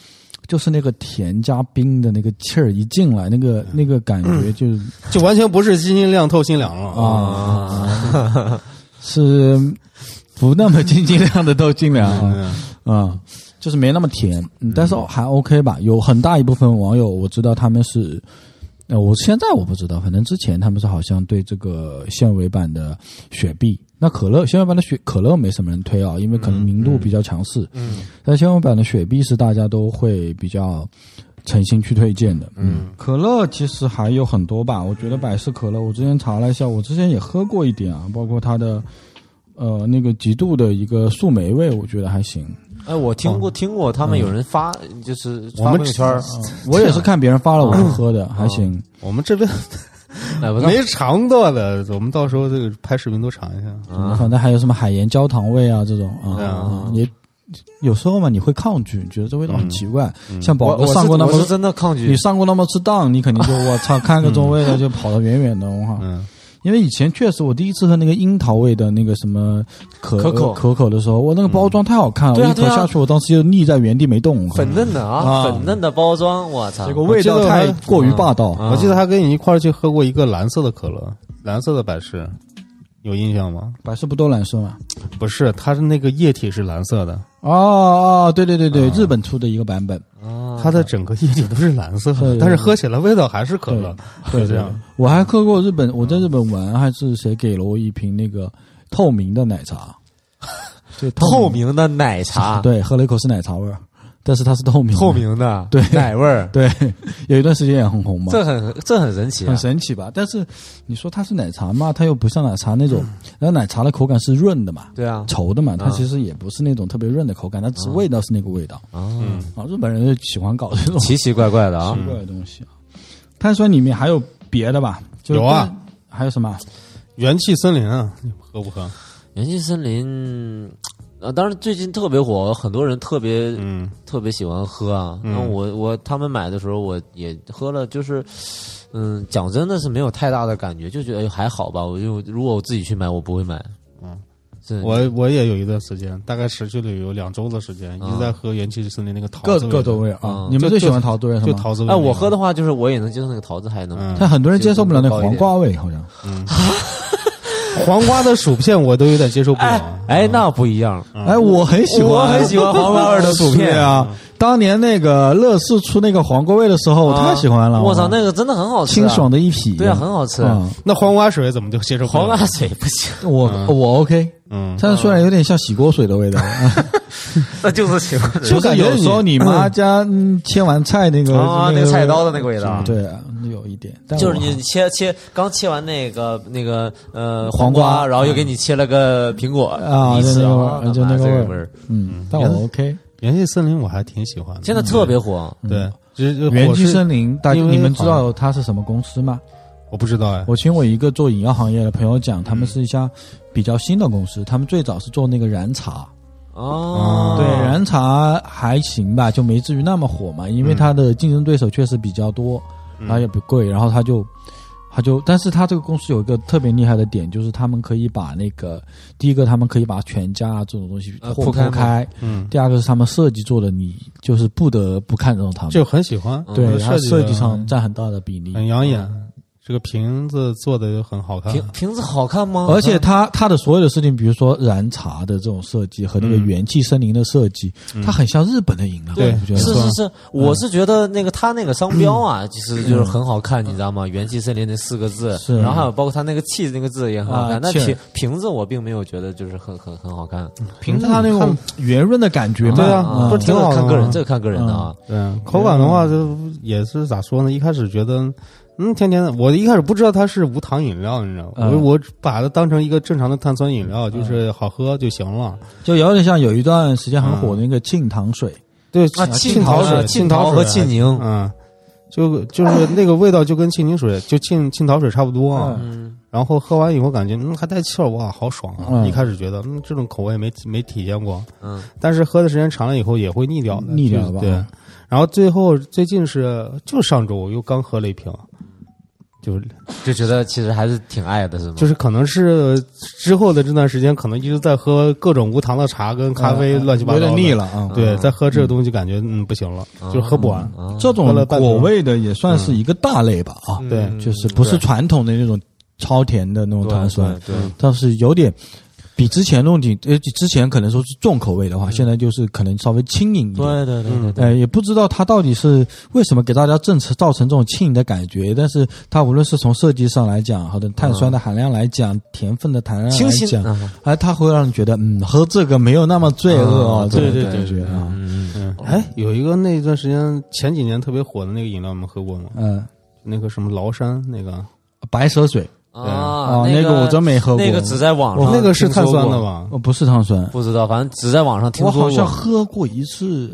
就是那个甜加冰的那个气儿一进来，那个
嗯
那个感觉就是
就完全不是津津亮透心凉了啊！
啊，是不那么津津亮的豆精凉啊，
嗯
啊，就是没那么甜，嗯但是还 OK 吧。有很大一部分网友我知道他们是。呃，我现在我不知道，反正之前他们是好像对这个纤维版的雪碧，那可乐纤维版的雪可乐没什么人推啊，因为可能明度比较强势。嗯，但纤维版的雪碧是大家都会比较诚心去推荐的。嗯，可乐其实还有很多吧，我觉得百事可乐，我之前查了一下，我之前也喝过一点啊，包括它的呃那个极度的一个树莓味，我觉得还行。
哎，我听
哦
过听过，他们
嗯
有人发就是
我
发
们
朋友圈儿，
我也是看别人发
啊
了我就喝的，还行。
我们这边
买不到。
没尝到的，我们到时候这个拍视频都尝一下。
啊
反正还有什么海盐焦糖味啊这种
对
啊
啊，
也有时候嘛你会抗拒，你觉得这味道很奇怪。像宝
嗯我
哥
我是
上过那
我是
么。
真的抗拒
你，上过那么次当，你肯定就我操，看个这种味道就跑得远远的，我靠！
嗯，
因为以前确实我第一次喝那个樱桃味的那个什么可
可口
可口的时候，我那个包装太好看了，
对
我
啊
一口
对啊
下去，我当时就腻在原地没动。我靠嗯
粉嫩的啊，粉嫩的包装，我操
结！果味道
我记得
太
我还
过于霸
嗯
道，
我记得还跟你一块儿去喝过一个蓝色的可乐，蓝色的百事，有印象吗？
百事不都蓝色吗？
不是，它是那个液体是蓝色的，
哦哦，对对对对，日本出的一个版本，
它的整个液体都是蓝色的
对，
但是喝起来味道还是可乐。
对
就这样
对。我还喝过日本，我在日本玩，还是谁给了我一瓶那个透明的奶茶？就
透明的奶 茶，
对，喝了一口是奶茶味儿。但是它是透明的
透，明的，
对
奶味儿，
对，有一段时间也很红嘛，
这很这很神奇啊
很！神奇吧？但是你说它是奶茶嘛，它又不像奶茶那种，然后奶茶的口感是润的嘛，
对啊，
稠的嘛，它
嗯
其实也不是那种特别润的口感，它只是味道是那个味道
嗯，
啊。日本人就喜欢搞这种奇
奇奇怪怪的啊！
怪的东西啊。碳酸里面还有别的吧？就是
有啊
跟，还有什么？
元气森林啊，你喝不喝？
元气森林，呃，当然最近特别火，很多人特别
嗯
特别喜欢喝啊。然后我我他们买的时候我也喝了，就是嗯，讲真的是没有太大的感觉，就觉得哎还好吧。我就如果我自己去买，我不会买。
嗯，
是
我我也有一段时间，大概持续了有两周的时间，一直在喝元气森林那个桃
各
子味
各
的
种味儿啊
嗯！
你们
就
最喜
就
欢桃子味儿是
就
吗？
桃子味
哎，
那个。
我喝的话就是我也能接受那个桃子还能。
嗯
但很多人接受不了那黄瓜味，好像
嗯，黄瓜的薯片我都有点接受不了。
哎，那不一样，
哎，我很喜欢，
我很喜欢黄瓜味的薯
是
片
啊！当年那个乐事出那个黄瓜味的时候，我太喜欢了，
我操，那个真的很好吃啊，
清爽的一匹，
对啊，很好吃。
嗯
那黄瓜水怎么就接受不了？
黄瓜水不行，
我我 OK，
嗯，
但是虽然有点像洗锅水的味道，
那就是奇怪的
就感觉有时候你妈家嗯切完菜那个
啊，那
个
个菜刀的那个味道，
对啊，有一点，但
就是
我
你切切刚切完那个那个呃
黄瓜嗯
瓜，然后又给你切了个苹果
啊
你一
就
吃
那个味儿
啊，
就那个
个
味儿
儿。
嗯，但我 OK。
元气森林我还挺喜欢的。
现在特别火，
嗯
对，就是
元气
林
森林，大
因
你
为
们知
好
道它是什么公司吗？
我不知道哎，
我听我一个做饮料行业的朋友讲，他们是一家比较新的公司，他们最早是做那个燃茶，嗯啊
哦，
对，燃茶还行吧，就没至于那么火嘛，因为它的竞争对手确实比较多，
嗯
然后也不贵，然后它就。它就，但是它这个公司有一个特别厉害的点，就是他们可以把那个第一个，他们可以把全家啊这种东西
呃
铺
铺开吗
开；
嗯，
第二个是他们设计做的，你就是不得不看重他们。
就很喜欢。
对，它
设计
设计
的哎
上嗯占很大的比例。
很养眼，这个瓶子做的就很好看。
瓶瓶子好看吗？
而且它它的所有的事情，比如说燃茶的这种设计和那个
嗯
元气森林的设计，它很像日本的饮料，
对
我觉得
嗯是是是，
嗯
我是觉得那个他那个商标 啊，其实就是很好看，你知道吗？元气森林那四个字，
是
然后还有包括他那个气那个字也很好
啊
看。那
气
瓶瓶子我并没有觉得就是很很很好看，
凭着它那种圆润的感觉嘛，
对啊
嗯
不是
这
挺
个
好的
看个人，
吗
这个看个人的啊。
对，口感的话就也是咋说呢？一开始觉得。嗯，甜甜的。我一开始不知道它是无糖饮料，你知道吗？
嗯
我我把它当成一个正常的碳酸饮料，就是好喝就行了。
就有点像有一段时间很火的那个沁糖水，
对，
嗯
啊
沁
桃
水、
水
沁
沁桃
水
和
啊
沁宁
嗯，就 就是那个味道就跟沁宁水、就沁沁桃水差不多啊。
嗯，
然后喝完以后感觉，嗯，还带气儿，哇，好爽啊！
嗯
一开始觉得，嗯，这种口味没体没体验过，
嗯，
但是喝的时间长了以后也会腻掉的，
腻掉
就是
吧嗯
对，然后最后最近是就上周我又刚喝了一瓶，就是
就觉得其实还是挺爱的，是吗？
就是可能是之后的这段时间，可能一直在喝各种无糖的茶跟咖啡，
嗯
乱七八
有
糟的，
点腻了啊。
对，再喝这个东西感觉嗯不行了，就喝不完。
啊
这种
喝了半瓶
果味的也算是一个大类吧啊，
对
就是不是传统的那种超甜的那种糖
对
水，
对，
但是有点比之前弄点，呃，之前可能说是重口味的话，现在就是可能稍微轻盈一点。
对对对对对，
呃，也不知道它到底是为什么给大家正造成这种轻盈的感觉，但是它无论是从设计上来讲，或者碳酸的含量来讲，甜分的含量
清
来
新
讲，
啊
哎，它会让你觉得，嗯，喝这个没有那么罪恶哦，
嗯
这种
啊对对
感觉啊，
嗯，嗯
嗯，哎，有一个那段时间前几年特别火的那个饮料，你们喝过吗？
嗯，
那个什么崂山那个，
白蛇水
嗯
啊
啊，，
那个我真没喝过，
那个只在网上
那个是碳酸
听
的
说过？
吧？
哦不是碳酸，
不知道，反正只在网上听
我
说过。
好像喝过一次，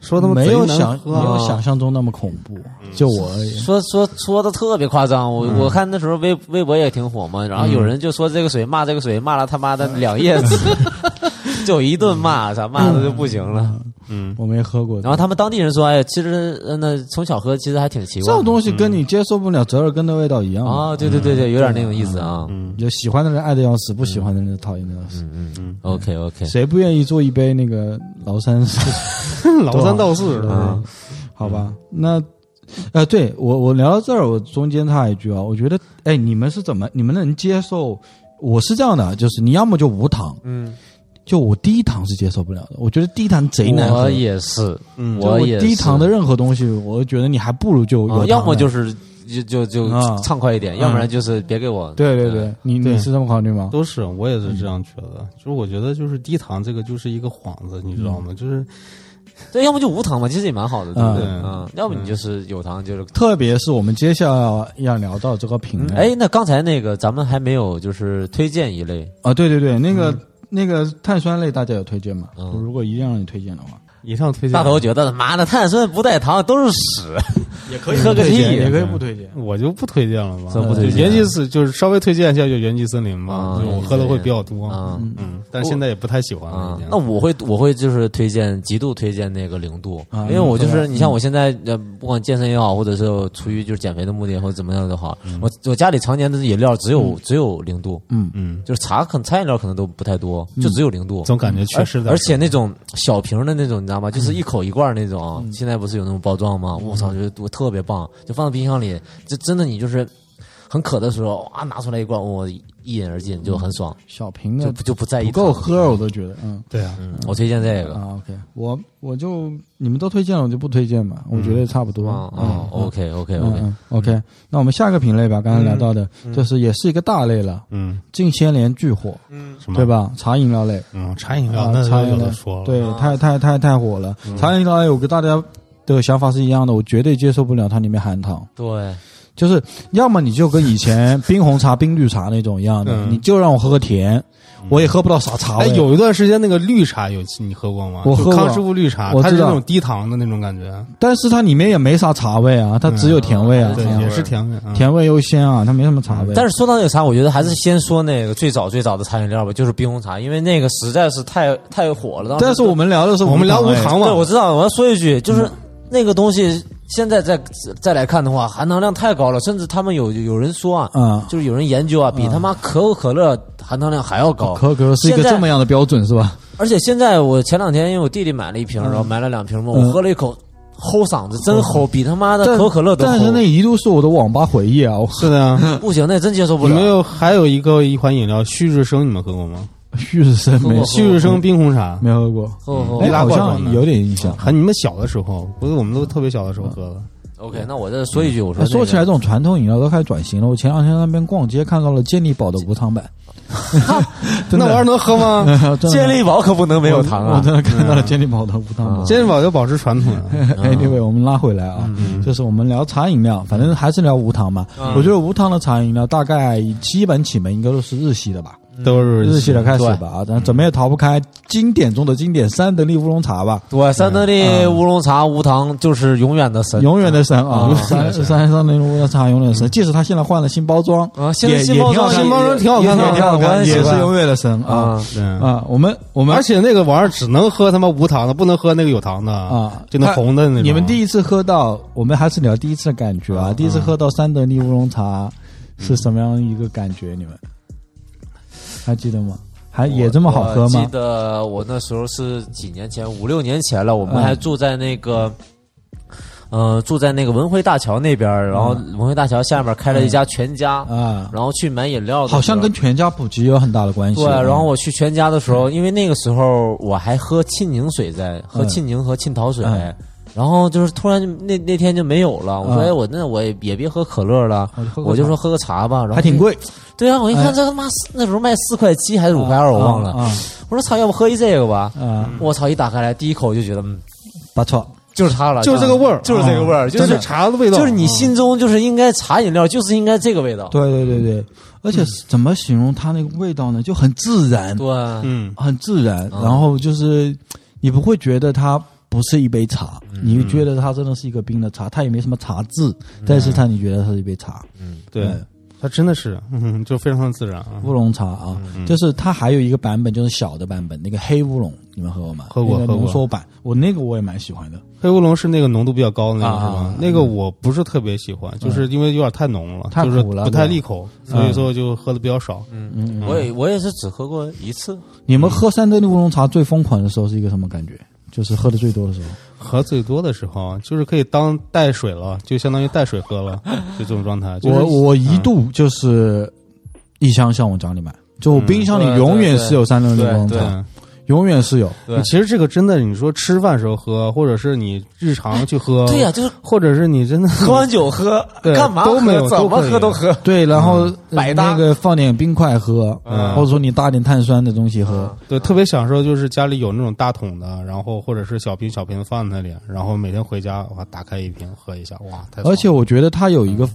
说他妈
没
贼
有
难
想没
喝
有
啊
想象中那么恐怖，
嗯
就我而言，
说说说的特别夸张，
嗯
我、我看那时候微微博也挺火嘛，然后有人就说这个水骂这个水骂了他妈的两页 子， 就一顿骂，咋骂的就不行了。
嗯，
我没喝过。
然后他们当地人说，哎，其实呃那从小喝其实还挺习
这
惯嗯
种东西跟你接受不了折耳根的味道一样嘛
啊、对对对对，有点那种意思啊。
有喜欢的人爱的要死，不喜欢的人就讨厌的要
嗯
死。
OK OK，
谁不愿意做一杯那个崂山 水？
崂山道士啊是吧？
好吧，那呃，对我我聊到这儿，我中间插一句啊，我觉得，哎，你们是怎么，你们能接受？我是这样的，啊就是你要么就无糖，
嗯，
就我低糖是接受不了的，我觉得低糖贼难喝。
我也是，
嗯
就我
也
低
是
糖的任何东西，我觉得你还不如就有
啊
糖的、
要么就是就就就
啊
畅快一点，要不然就是别给我。
对对对，你你
对
是这么考虑吗？
都是，我也是这样觉得。就是我觉得，就是低糖这个就是一个幌子，你知道吗？就是
对，要么就无糖嘛，其实也蛮好的，对不对？
嗯
嗯，要么你就是有糖，就是。
特别是我们接下来要聊到这个品类，
哎，那刚才那个咱们还没有就是推荐一类，
啊，对对对，那个、那个碳酸类大家有推荐吗？
嗯
如果一定要让你推荐的话，
以上推荐
大头觉得妈的碳酸不带糖都是屎，
也可
以喝个
推荐
屁
也可以不推荐。
我就不推荐了吧，
怎么不推
就
荐
元气森就是稍微推荐一下，就元气森林吧
啊，
就我喝的会比较多，
啊
嗯，但是现在也不太喜欢了
啊
嗯
已经。，
那我会我会就是推荐极度推荐那个零度，
啊
因为我就是你像我现在呃不管健身也好，或者是出于就是减肥的目的或者怎么样都好，我我家里常年的饮料只有只有零度，
嗯
嗯，
就是茶可茶饮料可能都不太多，就只有零度。
总感觉缺
而
失点
而且那种小瓶的那种，你知
嗯
道吗？就是一口一罐那种。现在不是有那种包装吗？我操，觉得我特别棒，就放到冰箱里，这真的你就是很渴的时候，哇，拿出来一罐，我一饮而尽，就很爽，
小瓶
就
的
不就不在意
不够
糖
喝，我都觉得，嗯
对啊，
嗯，我推荐这个。
啊，OK，我我就你们都推荐了，我就不推荐嘛，我觉得差不多。
嗯
嗯
嗯，OK OK
嗯
OK，
嗯，OK，那我们下个品类吧，刚才聊到的，就是也是一个大类了，
嗯，
近些年巨火，
什么
对？吧？茶饮料类，
嗯，茶饮料
啊
那
茶
就
饮
有
料
的说了，嗯
对，太太太太火了。茶饮料类，我跟大家的想法是一样的，我绝对接受不了它里面含糖，
对，
就是要么你就跟以 前冰红茶、冰绿茶那种一样的，
嗯
你就让我喝个甜，我也喝不到啥茶
哎，
味。
有一段时间那个绿茶有你喝过吗？
我喝
就
过
康师傅绿茶，
我
它是
知道
那种低糖的那种感觉，
但是它里面也没啥茶味啊，它只有甜味啊，
嗯
对
甜，味
也是嗯甜味，嗯
甜味优先啊，它没什么茶味。
但是说到那个茶，我觉得还是先说那个最早最早的茶饮料吧，就是冰红茶，因为那个实在是太太火了。当时
但是我嗯们聊的是
我们聊无
哎
糖嘛，
对，我知道，我要说一句，就是那个东西现在再再来看的话，含糖量太高了，甚至他们有有人说啊，
嗯
就是有人研究啊，比他妈可口可乐含糖量还要高。
可口可乐是一个
现在
这么样的标准是吧？
而且现在我前两天因为我弟弟买了一瓶，然后买了两瓶嘛，我
嗯
喝了一口，齁嗓子，真齁，比他妈的
但
可口可乐都齁。
但是那一度是我的网吧回忆啊，我
是的呀。
不行，那真接受不
有
了。
没有还有一个一款饮料旭日升，你们喝过吗？
旭日升
喝
没
过
喝
旭日升冰红茶，
没喝过，
喝喝
哎，
易拉
好
罐
像
装的
有点印象。
还你们小的时候，不是我们都特别小的时候喝的。
OK，那我再说一句，我说、
哎
那个、
说起来，这种传统饮料都开始转型了。我前两天在那边逛街，看到了健力宝的无糖版， 真
那玩意儿
的，
能 喝吗？
真的
健力宝可不能没有糖
我
啊
真！的看到了健力宝的无糖版。
健身宝就保持传统啊，
嗯 Anyway，我们拉回来啊，就是我们聊茶饮料，反正还是聊无糖嘛。我觉得无糖的茶饮料大概基本启蒙应该都是日系的吧，
都是
日系的开始吧啊，但怎么也逃不开经典中的经典三得利乌龙茶吧，
对，三得利乌龙茶无糖就是永远的神，
嗯永远的神啊
啊，
三三三得利乌龙茶永远的神，即使它现在换了新包装，
啊，现
也
在
也
新
挺
包
好
装
看，
新包装挺好
也
看
挺
的
好看，
也
也是
是
永远的神啊
啊。
对。
啊，我们我们
而且那个玩意儿只能喝他妈无糖的，不能喝那个有糖的
啊
就那红的那种。
你们第一次喝到，我们还是聊第一次的感觉啊。第一次喝到三得利乌龙茶
嗯
是什么样一个感觉？你们还记得吗？还也这么好喝
我记
吗？
得我那时候是几年前，五六年前了，我
嗯
们还住在那个。呃，住在那个文汇大桥那边儿，然后
嗯
文汇大桥下面开了一家全家，
啊，
然后去买饮料的时
嗯
候，
好像跟全家普及有很大的关系。
对。啊然后我去全家的时候，因为那个时候我还喝沁宁水在，喝沁宁和沁桃水，
嗯
然后就是突然就那那天就没有了，我说、
嗯
哎，我那我也也别喝可乐了，
嗯
我就喝个茶
我就说喝个茶吧，然后
还挺
就
贵，
对啊，我一
哎
看这他妈四那时候卖四块七还是五块二，我忘
嗯
了。嗯
啊
我说操，要不喝一这个吧？
啊，
我操，一打开来第一口就觉得，嗯，
不错。
就是它了，
就是这个味儿，啊嗯
就是这个味儿，就
真
是
是茶的味道，
就是你心中就是应该茶饮料就是应该这个味道，
对对对对，而
嗯
且怎么形容它那个味道呢？就很自然，
对，啊
嗯，
很自然。
嗯
然后就是你不会觉得它不是一杯茶，
嗯
你觉得它真的是一个冰的茶，它也没什么茶渍，但是它你觉得它是一杯茶，嗯
嗯对，它真的是， 嗯，就非常的自然啊。
乌龙茶啊。就是它还有一个版本，就是小的版本，那个黑乌龙，你们喝过吗？
喝过
那个
喝过
浓缩版，我那个我也蛮喜欢的。
黑乌龙是那个浓度比较高的那个，
啊嗯
是吧？那个我不是特别喜欢，就是因为有点太浓了，
太
就是
苦了
不太
对
利口，所以说就喝的比较少。
嗯，我也我也是只喝过一次，
哦
你们喝三得利乌龙茶最疯狂的时候是一个什么感觉？就是喝的最多的时候。
喝最多的时候，就是可以当带水了，就相当于带水 喝了，就这种状态。就是嗯
我我一度就是一箱向往家里买，就我冰箱里
嗯对
永远是有三得利乌龙
对
茶，永远是有。
对，其实这个真的，你说吃饭时候喝，或者是你日常去喝，
对呀、就是
或者是你真的
喝完酒喝，
对
干嘛
都没有
喝？怎
都
么
可以
喝都喝。
对，然后呃
嗯百搭
那个放点冰块喝，呃
嗯
或者说你搭点碳酸的东西喝。
嗯
对，特别享受就是家里有那种大桶的，然后或者是小瓶小瓶放在那里，然后每天回家哇打开一瓶喝一下，哇，太爽了
而且我觉得它有一个，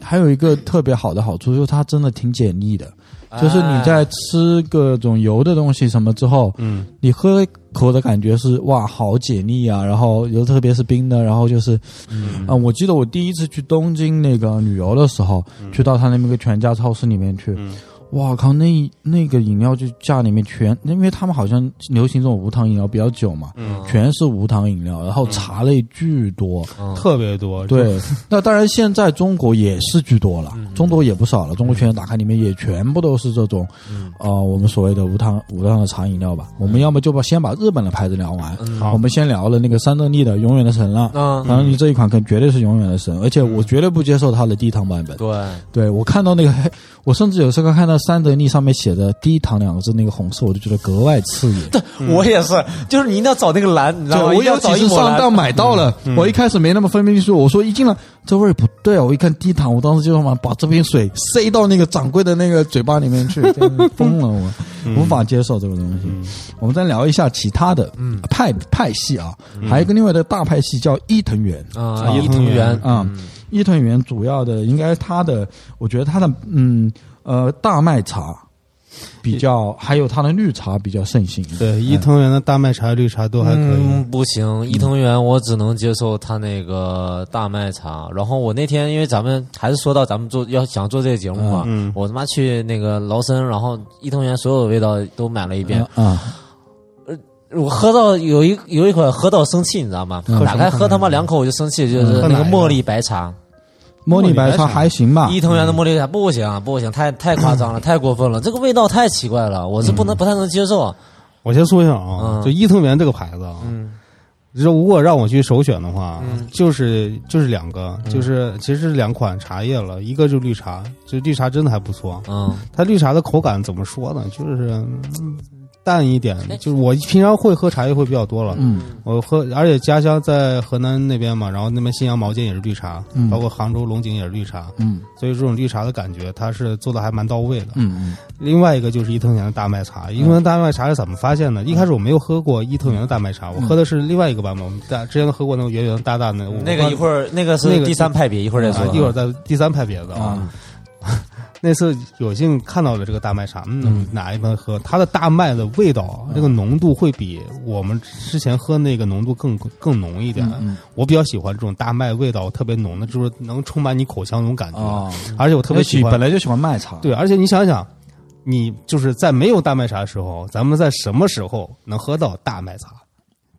还有一个特别好的好处，就是它真的挺解腻的。
啊
就是你
哎
在吃各种油的东西什么之后，
嗯
你喝一口的感觉是哇，好解腻啊！然后尤特别是冰的，然后就是，啊、
嗯
我记得我第一次去东京那个旅游的时候，去到他那么一个全家超市里面去，
嗯
哇靠，那一那个饮料就架里面全，因为他们好像流行这种无糖饮料比较久嘛，
嗯，
全是无糖饮料，然后茶类巨多，
特别多，
嗯
就，
对， 那当然，现在中国也是居多了，
嗯
中国也不少了。中国全打开里面也全部都是这种，
嗯
呃，我们所谓的无糖无糖的茶饮料吧。我们要么就把先把日本的牌子聊完，
好
我们先聊了那个三得利的永远的神了。
嗯，
三得利这一款肯绝对是永远的神，而且我绝对不接受它的低糖版本。
对，
对我看到那个， 我甚至有时候看到三得利上面写的“低糖”两个字那个红色，我就觉得格外刺眼。
嗯
我也是，就是你一定要找那个蓝，你知
对，
道吗？
我
一定要
有几
找一嗯
次
抹
上
蓝。
当买到了，我一开始没那么分辨出，我说一进来这味儿不对啊，我一看低糖，我当时就想把把这瓶水塞到那个掌柜的那个嘴巴里面去，真是疯了我，
嗯
无法接受这个东西。我们再聊一下其他的
嗯
派派系啊，还有一个另外的大派系叫伊藤园
啊，
伊
伊藤
藤园
园，
啊，
嗯
伊藤园主要的应该它的，我觉得它的嗯呃大麦茶比较，还有它的绿茶比较盛行。
对，伊藤园的大麦茶、绿茶都还可以，
嗯，不行，伊藤园我只能接受他那个大麦茶。然后我那天因为咱们还是说到咱们做要想做这个节目嘛，
嗯
我他妈去那个劳森，然后伊藤园所有的味道都买了一
嗯
遍，
啊，
我喝到有一有一款喝到生气，你知道吗？
嗯
打开喝他妈两口我就生气，就是
喝
那
哪
个
个
茉莉白茶，
茉莉白
茉莉白茶
茶还行吧，
伊藤园的茉莉茶不行不行，太太夸 张了，太过分了，这个味道太奇怪了，我是不能不太能接受。
我先说一下啊，
嗯
就伊藤园这个牌子啊，
嗯
如果让我去首选的话，就是就是两个，
嗯
就是其实是两款茶叶了，一个就是绿茶，就绿茶真的还不错，
嗯，
它绿茶的口感怎么说呢？就是、嗯淡一点，
哎
就是我平常会喝茶叶会比较多了。
嗯，
我喝，而且家乡在河南那边嘛，然后那边信阳毛尖也是绿茶，
嗯
包括杭州龙井也是绿茶，
嗯
所以这种绿茶的感觉它是做的还蛮到位的。
嗯嗯。
另外一个就是伊藤园的大麦茶，
嗯
伊藤园大麦茶是怎么发现的？一开始我没有喝过伊藤园的大麦茶，
嗯
我喝的是另外一个版本，我们大之前喝过那个圆圆大大的我
那个一会儿那个
那
是
个
第三派别，一会儿再说嗯
啊，一会儿再第三派别的
啊
啊。 那次有幸看到了这个大麦茶，嗯，拿一盆喝，它的大麦的味道，那个浓度会比我们之前喝那个浓度更更浓一点。
嗯
我比较喜欢这种大麦味道特别浓的，就是能充满你口腔那种感觉
哦。
而且我特别喜欢
本，来就喜欢卖茶，
对，而且你想想，你就是在没有大麦茶的时候，咱们在什么时候能喝到大麦茶？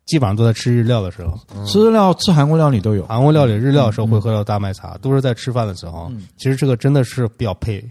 基本上都在吃日料的时候。
吃日料吃韩国料理都有。
韩国料理、日料的时候会喝到大麦茶，都是在吃饭的时候。其实这个真的是比较配，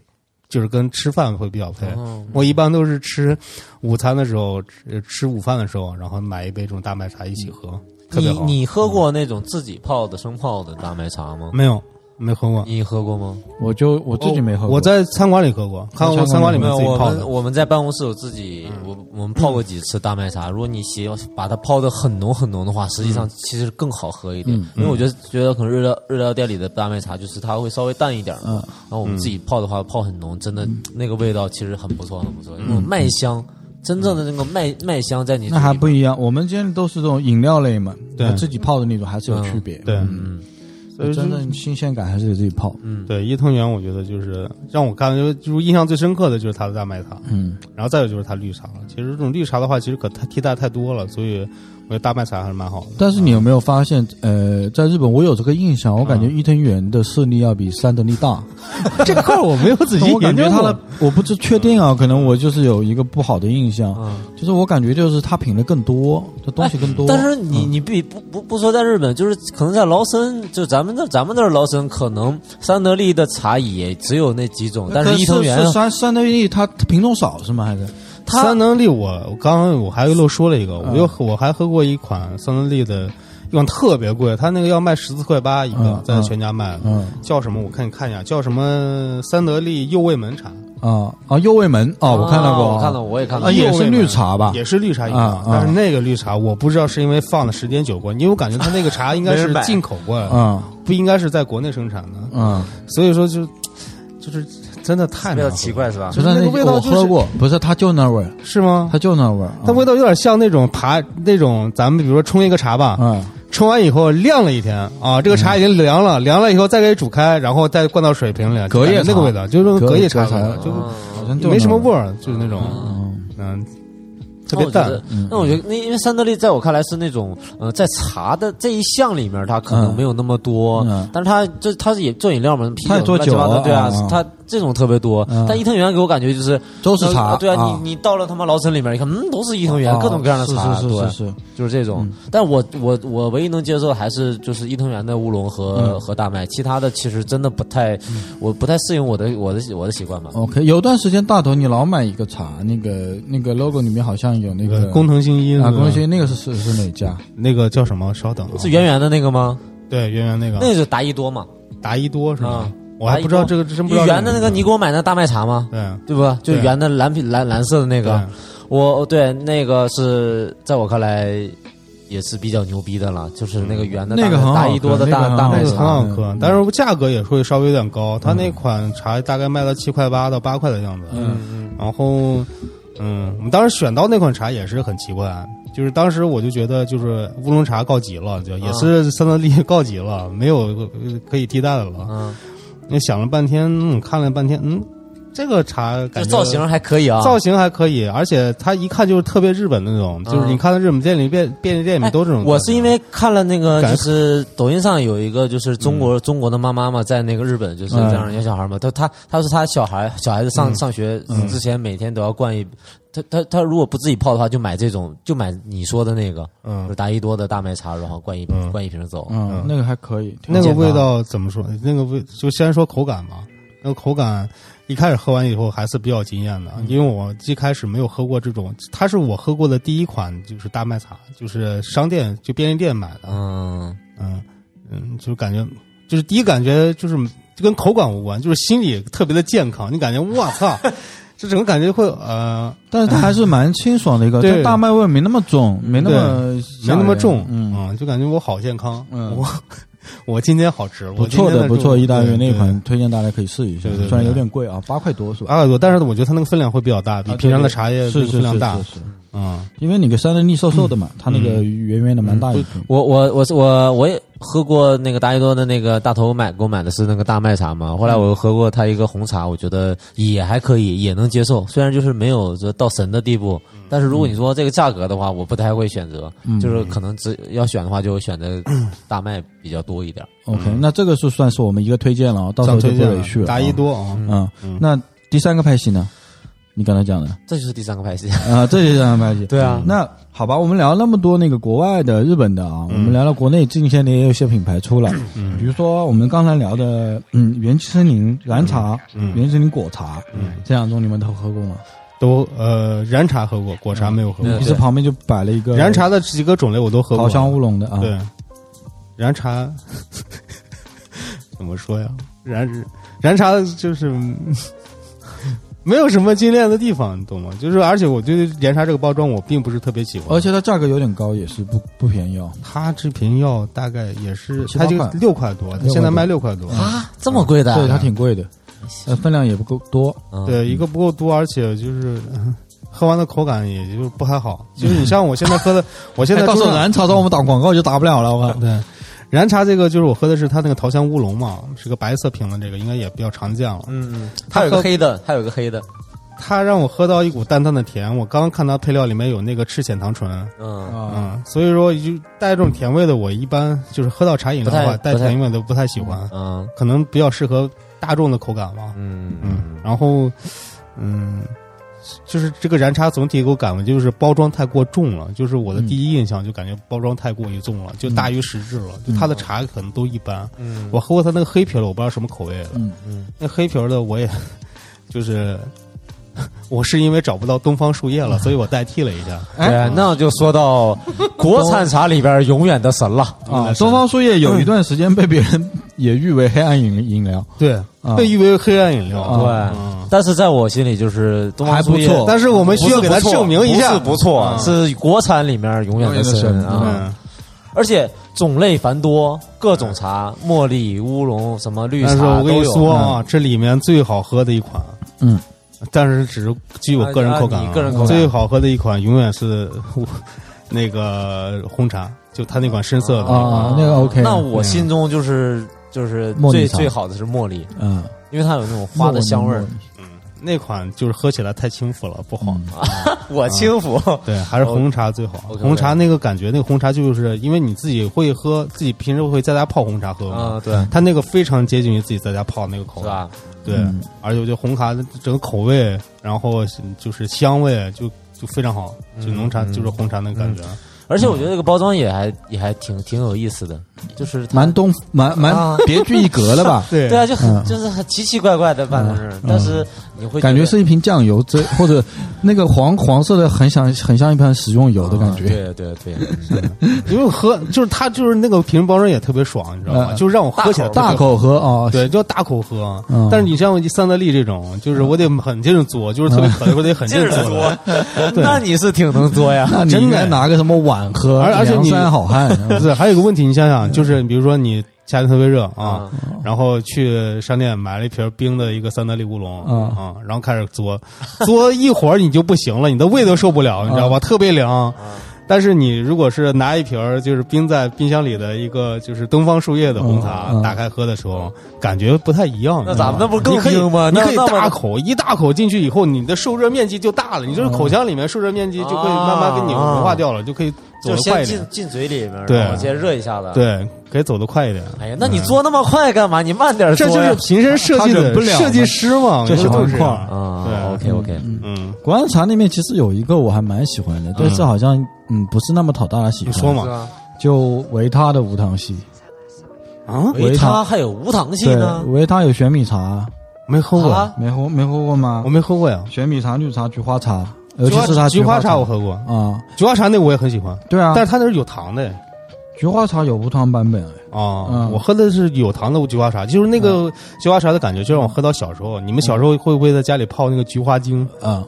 就是跟吃饭会比较
嗯
配。
哦
我一般都是吃午餐的时候，吃吃午饭的时候，然后买一杯这种大麦茶一起喝，特别
你
好。
嗯你喝过那种自己泡的生泡的大麦茶吗？
没有没喝过？
你喝过吗？
我就我自己没喝过，
我在餐馆里喝过，看过餐馆里面自己
我
泡
们
的。
我们在办公室有自己，我我们泡过几次大麦茶。如果你喜把它泡的很浓很浓的话，实际上其实更好喝一点。因为我觉得觉得可能日料日料店里的大麦茶就是它会稍微淡一点，嗯，然后我们自己泡的话泡很浓，真的那个味道其实很不错很不错，那种麦香。真正的那个麦麦香在你
那还不
一
一样。我们今天都是这种饮料类嘛，
对
我自己泡的那种还是有区别。
对，所以
嗯，
就
真正新鲜感还是得自己泡。
对伊藤园，我觉得就是让我感觉就是印象最深刻的就是它的大麦茶，
嗯，
然后再有就是它绿茶了。其实这种绿茶的话，其实可替代太多了，所以我觉得大麦茶还是蛮好的。
但是你有没有发现，呃，在日本我有这个印象，我感觉伊藤园的势力要比三得利 大。
这块儿我没有仔
我感觉它的，我不知确定啊，可能我就是有一个不好的印象，就是我感觉就是它品类更多，这东西更多。
但是你你必不不不说在日本，就是可能在劳森，就咱们那咱们那儿劳森，可能三得利的茶也只有那几种，但
可
是伊藤园
是三三得利它品种少是吗？还是
它
三能力我，我刚刚我还漏说了一个，
嗯
我又喝我还喝过一款三能力的，一款特别贵，它那个要卖十四块八一个
嗯，
在全家卖的，
嗯
叫什么？我看你看一下，叫什么三得利右卫门茶，
啊、啊啊，右卫门啊，我看到过，
我看到，我也看到
啊
过。
也是绿茶吧
也是绿茶饮
啊
料
啊，
但是那个绿茶我不知道是因为放的时间久过，因为我感觉它那个茶应该
没
是
人买
进口过来的，
嗯
不应该是在国内生产的，
嗯，
所以说就就是真的太
比
难
较
喝了
奇怪是吧？
就是
那个味道
我
就是
喝过，不是，它就那味儿，
是吗？
它就那味儿，
它味道有点像那种爬那种，咱们比如说冲一个茶吧，
嗯，
冲完以后晾了一天啊，这个茶已经凉了，凉了以后再给煮开，然后再灌到水瓶里，
隔夜
就感觉那个
茶
味道，就是
隔
隔夜
夜
茶
茶
味道，
就
就
好像就
没什么味
儿，
儿，就是那种嗯特
那
别
我觉
淡
得，
嗯
那我觉得，那因为三得利在我看来是那种，呃，在茶的这一项里面，它可能没有那么多，
嗯嗯
但是它这它是也做饮料嘛，啤酒
它也做
乱七八糟
酒啊
对啊
啊，
它这种特别多。
嗯
但伊藤园给我感觉就是
都是茶
呃对啊，
啊
你你到了他妈劳森里面一看，嗯，都是伊藤园，
啊
各种各样的茶，
是是
对
是是是，嗯
就是这种。但我我我唯一能接受的还是就是伊藤园的乌龙和、
嗯
和大麦，其他的其实真的不太，我不太适应我的我的我的习惯吧。
OK，有段时间大头你老买一个茶，那个那个 logo 里面好像有那个
工藤新一
啊，
是吧
工新那个是是是哪家？
那个叫什么？稍等啊，
是嗯圆圆的那个吗？
嗯
对圆圆那个
那个是达一多嘛？
达一多是吧
啊？
我还不知道这个真不知道
圆的那
这
个，你
名字
给我买那大麦茶吗？
对
对吧？就
对
圆的蓝皮蓝蓝色的那个，我对那个是在我看来也是比较牛逼的了，就是那个
嗯
圆的
那个
大
很好
大一多的
喝那
大
个很
大
好
啊那
麦
个很好
茶，
喝，但是价格也会稍微有点高。它
嗯
那款茶大概卖到七块八到八块的样子。嗯，然后嗯，我们当时选到那款茶也是很奇怪，就是当时我就觉得就是乌龙茶告急了，
啊
就也是三得利 告急了，没有呃可以替代的了。
嗯，
那想了半天，嗯看了半天，嗯，这个茶感
这
觉
造型还可以啊，
造型还可以，而且它一看就是特别日本的那种，就是你看到日本店里便便利店里面都这种。
啊哎我是因为看了那个，
感觉
就
嗯
是抖音上有一个，就是中国、中国的妈妈嘛，在那个日本，就是这样养小孩嘛。她她她说她小孩小孩子
嗯
上、上学之前，每天都要灌一，她她她如果不自己泡的话，就买这种，就买你说的那个，
嗯
就是达一多的大麦茶，然后灌一、灌一瓶走。
嗯，那个还可以，
那个
健康
味道怎么说？那个味就先说口感吧。那个口感一开始喝完以后还是比较惊艳的，
嗯
因为我一开始没有喝过这种，它是我喝过的第一款就是大麦茶，就是商店就便利店买的。
嗯，
嗯嗯，就感觉就是第一感觉就是就跟口感无关，就是心里特别的健康。你感觉我 操，这整个感觉会呃
但是它还是蛮清爽的一个，
对
它大麦味没那么重，没那么
没那么重，
嗯，
就感觉我好健康，
嗯
我我今天好值，
不错的，不错，意大利那款推荐大家可以试一下
对对，对
虽然有点贵啊，八块多是吧？
阿尔多，但是我觉得它那个分量会比较大，比
啊
平常的茶叶
对对
那个
是
分量大
是，是是是
嗯，
因为你个三得利瘦瘦的嘛，它那个圆圆的蛮大一瓶，
我我我是我我也喝过那个达一多的那个大头买给我买的是那个大麦茶嘛，后来我又喝过他一个红茶，我觉得也还可以，也能接受，虽然就是没有说到神的地步，但是如果你说这个价格的话，我不太会选择，就是可能只要选的话就选择大麦比较多一点。
OK，那这个是算是我们一个推荐了啊，到时
上
候就
嗯推
不
荐
委屈
了
了。
达一，多啊，
嗯，那第三个派系呢？你刚才讲的
这就是第三个派系，
啊，这就是第三个派系。
对啊
那好吧，我们聊了那么多那个国外的、日本的啊，我
嗯
们聊聊国内近些年也有些品牌出来，嗯比如说我们刚才聊的，嗯，元气森林蓝茶、
嗯
元气森林果茶，这两种你们都喝过吗？
都呃燃茶喝过，果茶没有喝
你
过
嗯不，是旁边就摆了一个
燃茶的几个种类我都喝过，
桃香乌龙的啊，
对，燃茶 怎么说呀？燃燃茶就是没有什么精炼的地方，你懂吗？就是而且我对燃茶这个包装我并不是特别喜欢，
而且它价格有点高，也是不不便宜哦。
它这瓶药大概也是
七八
它就
块
六块多，它
六块
现
多
在卖六块多
啊，这么贵的啊，
嗯对，它挺贵的，呃，分量也不够多。
嗯
对，一个不够多，而且就是嗯喝完的口感也就不还好。就是你像我现在喝的，我现
现
哎
哎到
在
时
中
候
午
蓝茶找我们打广告就打不了了，我看。啊
对。燃茶这个就是我喝的是它那个桃香乌龙嘛，是个白色瓶的，这个应该也比较常见了。
嗯嗯，它有个黑的，它有个黑的，
它让我喝到一股淡淡的甜，我刚刚看它配料里面有那个赤藓糖醇，
嗯，
啊，
嗯，所以说就带这种甜味的，我一般就是喝到茶饮料的话，
不太
带
不太
甜味的不太喜欢，
嗯
可能比较适合大众的口感吧。
嗯
嗯，然后，嗯，就是这个燃茶总体给我感觉就是包装太过重了，就是我的第一印象就感觉包装太过于重了，就大于实质了。就它的茶可能都一般。
嗯，
我喝过它那个黑瓶的，我不知道什么口味的。
嗯
那黑瓶的我也就是我是因为找不到东方树叶了，所以我代替了一下。
哎嗯
对，哎那就说到国产茶里边永远的神了。
啊，东方树叶有一段时间被别人也誉为黑暗饮饮料，
对，被誉为黑暗饮料。
对
嗯，
但是在我心里就是东方
还
树
不
叶，
错嗯
但是我们需要给他证明一下，
不是不错，是国产里面永远的
永远
神
的神
啊
嗯！
而且种类繁多，各种茶，茉莉、乌龙，什么绿
但是
茶
我
都
跟你
有。嗯
说啊，这里面最好喝的一款，
嗯，
但是只是基于我个人口感啊，
啊你个人口感
最好喝的一款永远是那个红茶，就它那款深色的
啊那个 OK 嗯
那我心中就是就是
茉莉
最
茶
最好的是茉莉，
嗯，
因为它有那种花的香味儿
茉莉。
那款就是喝起来太轻浮了，不好。
嗯
我轻浮，
对，还是红茶最好。
嗯 OK，OK
红茶那个感觉，那个红茶就是因为你自己会喝，自己平时会在家泡红茶喝嘛
啊，。对，
它那个非常接近于自己在家泡那个口
是
感，
吧？
对，
嗯
而且我觉得红茶的整个口味，然后是就是香味就就非常好，
嗯
就浓茶、就是红茶那个感觉。？
而且我觉得这个包装也还也还挺挺有意思的，就是它
蛮东蛮蛮
啊
别具一格的吧
对
对啊，就很就是很奇奇怪怪的办公室，但是你会
嗯感觉是一瓶酱油，这或者那个黄黄色的，很像很像一盆食用油的感觉。
对对 嗯对，
因为喝就是它就是那个瓶包装也特别爽，你知道吗？
嗯
就让我喝起来特别
大口喝啊，
对，就大口喝。
嗯
但是你像三得利这种，就是我得很劲儿嘬，就是
嗯
特别渴的时候得很劲儿 嘬。
那你是挺能作呀。
那你应该拿个什么碗喝？
而而且
梁
你
山好汉，
不 是，还有一个问题，你想想，就是比如说你夏天特别热啊，
嗯
然后去商店买了一瓶冰的一个三得利乌龙
嗯
啊，然后开始嘬，嘬一会儿你就不行了，你的胃都受不了，你知
嗯
道吧？特别
啊
凉。但是你如果是拿一瓶儿就是冰在冰箱里的一个就是东方树叶的红茶
嗯嗯
打开喝的时候，感觉不太一样。
那
你知道
咱们那不是更
你可以
冰吗
你
那
可以
那么
大口一大口进去以后，你的受热面积就大了，你就是口腔里面受热面积就会慢慢给你融化掉了，就可以走
嗯
得
啊就
快
先
一点
进。进嘴里面，
对
然后先热一下子。，
对，可以走得快一点。
哎呀，那
嗯
你做那么快干嘛？你慢点
这
做
就
呀
是平身设计
他忍
的
不了嘛
设计师嘛，
就喜欢
都是这样
块
啊。OK OK，
嗯，
国安茶那边其实有一个我还蛮喜欢的，但是好像嗯不是那么讨大家喜
你
欢。
说，嘛，
就维他的无糖系，
啊，
维
维
他
他
还有无糖系
对
呢，。
维他有玄米茶，
没喝过，
啊，
没喝没喝过吗
我？没喝过呀。
玄米茶、绿茶、菊花茶，尤
菊
其
花
是它
菊花
花
茶我
喝
喝过，
啊，
菊花茶那个我也很喜欢，
对啊，
但是它那是有糖的
菊花茶有无糖版本，哎
啊。
嗯
我喝的是有糖的菊花茶，就是那个菊花茶的感觉，就让我喝到小时候。你们小时候会不会在家里泡那个菊花精？
嗯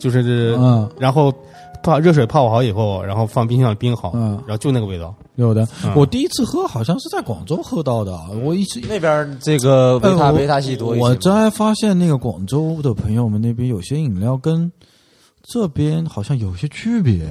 就是
嗯
然后泡热水泡好以后，然后放冰箱里冰好，
嗯
然后就那个味道。
有的
嗯。
我第一次喝好像是在广州喝到的啊，我一直
那边这个维他
哎我
维他系多一些吗。
我才发现那个广州的朋友们那边有些饮料跟这边好像有些区别。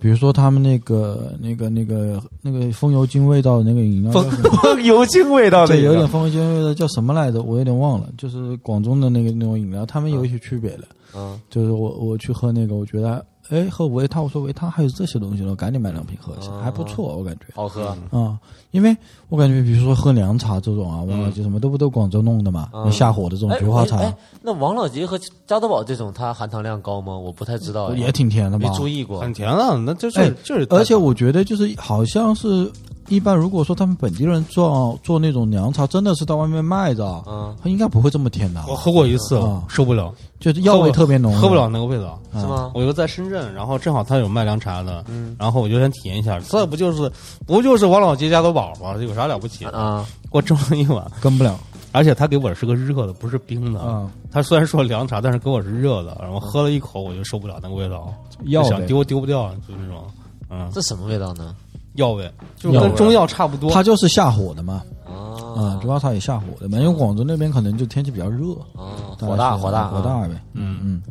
比如说他们那个、那个、那个、那个风油精味道的那个饮料叫什么，
油精味
啊
道的
对，
一
有
个
点风油精味道叫什么来着？我有点忘了。就是广东的那个那种饮料，他们有一些区别的。
嗯，
就是我我去喝那个，我觉得，哎，喝维他，我说维他还有这些东西了，我赶紧买两瓶喝一下，还不错，我感觉。
好喝。
啊、因为我感觉，比如说喝凉茶这种啊，王老吉什么都不都广州弄的嘛，
嗯
下火的这种
哎
菊花茶、
哎哎，那王老吉和加多宝这种，它含糖量高吗？我不太知道哎，
也挺甜的
没
吧？
注意过
很。甜啊，那就是、
哎
就是，
而且我觉得就是好像是一般，如果说他们本地人做做那种凉茶，真的是到外面卖的啊，
嗯，
他应该不会这么甜的啊，
我喝过一次，
嗯
受不了，
就是药味特别浓，啊
喝不了那个味道。
是吗？嗯
我就在深圳，然后正好他有卖凉茶的，然后我就想体验一下，这不就是不就是王老吉加多宝吗？这有啥了不起？
啊，
我蒸了一碗，
跟不了
而且他给我是个热的，不是冰的。
啊，
他虽然说凉茶，但是给我是热的，然后喝了一口我就受不了那个味道，
药
就想
味。
丢丢不掉，就那种嗯
这什么味道呢？
药味，就是
药味
跟中药差不多。
它就是下火的嘛，啊、
啊
菊花茶也下火的嘛，因为广州那边可能就天气比较热，
啊，
大概
火大
是
火大
哦火
啊
大呗，嗯嗯，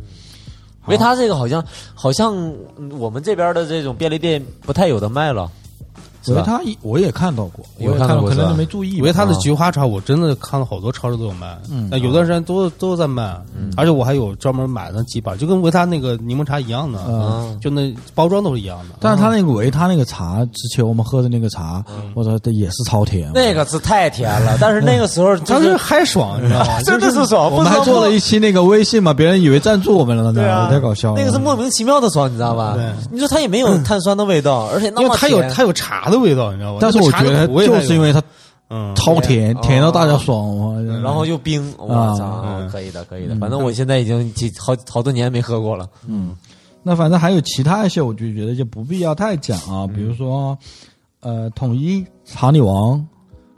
维他这个好像好像嗯我们这边的这种便利店不太有的卖了，是
维
吧？
他一我也看到过，我
有
也
看到
到
过
可
是吧
能没注意吧。
以为他的菊花茶，我真的看到好多超市都有卖，
嗯
但有段时间都都在卖，
嗯
而且我还有专门买了几把，就跟维他那个柠檬茶一样的，
嗯
就那包装都是一样的。
但是他那个维他那个茶，之前我们喝的那个茶，我操，这也是啊超甜。
那个是太甜了，但是那个时候就
当时
是嗯
嗨爽，你知道吗？
真的是爽，不
我们
知
还
道
做了一期那个微信嘛，别人以为赞助我们了
对
呢，
啊
太搞笑了。
那个是莫名其妙的爽，你知道吧
对？
你说它也没有碳酸的味道，而且那
因为
么
它有
甜
它有茶的味道，你知道吗？
但是我觉得就是因为它
嗯，
超甜，
嗯
甜到大家爽我觉得
嗯然后又冰，我操
嗯，
可以的，可以的。反正我现在已经几好好多年没喝过了。
那反正还有其他一些，我就觉得就不必要太讲啊，比如说，呃，统一查理王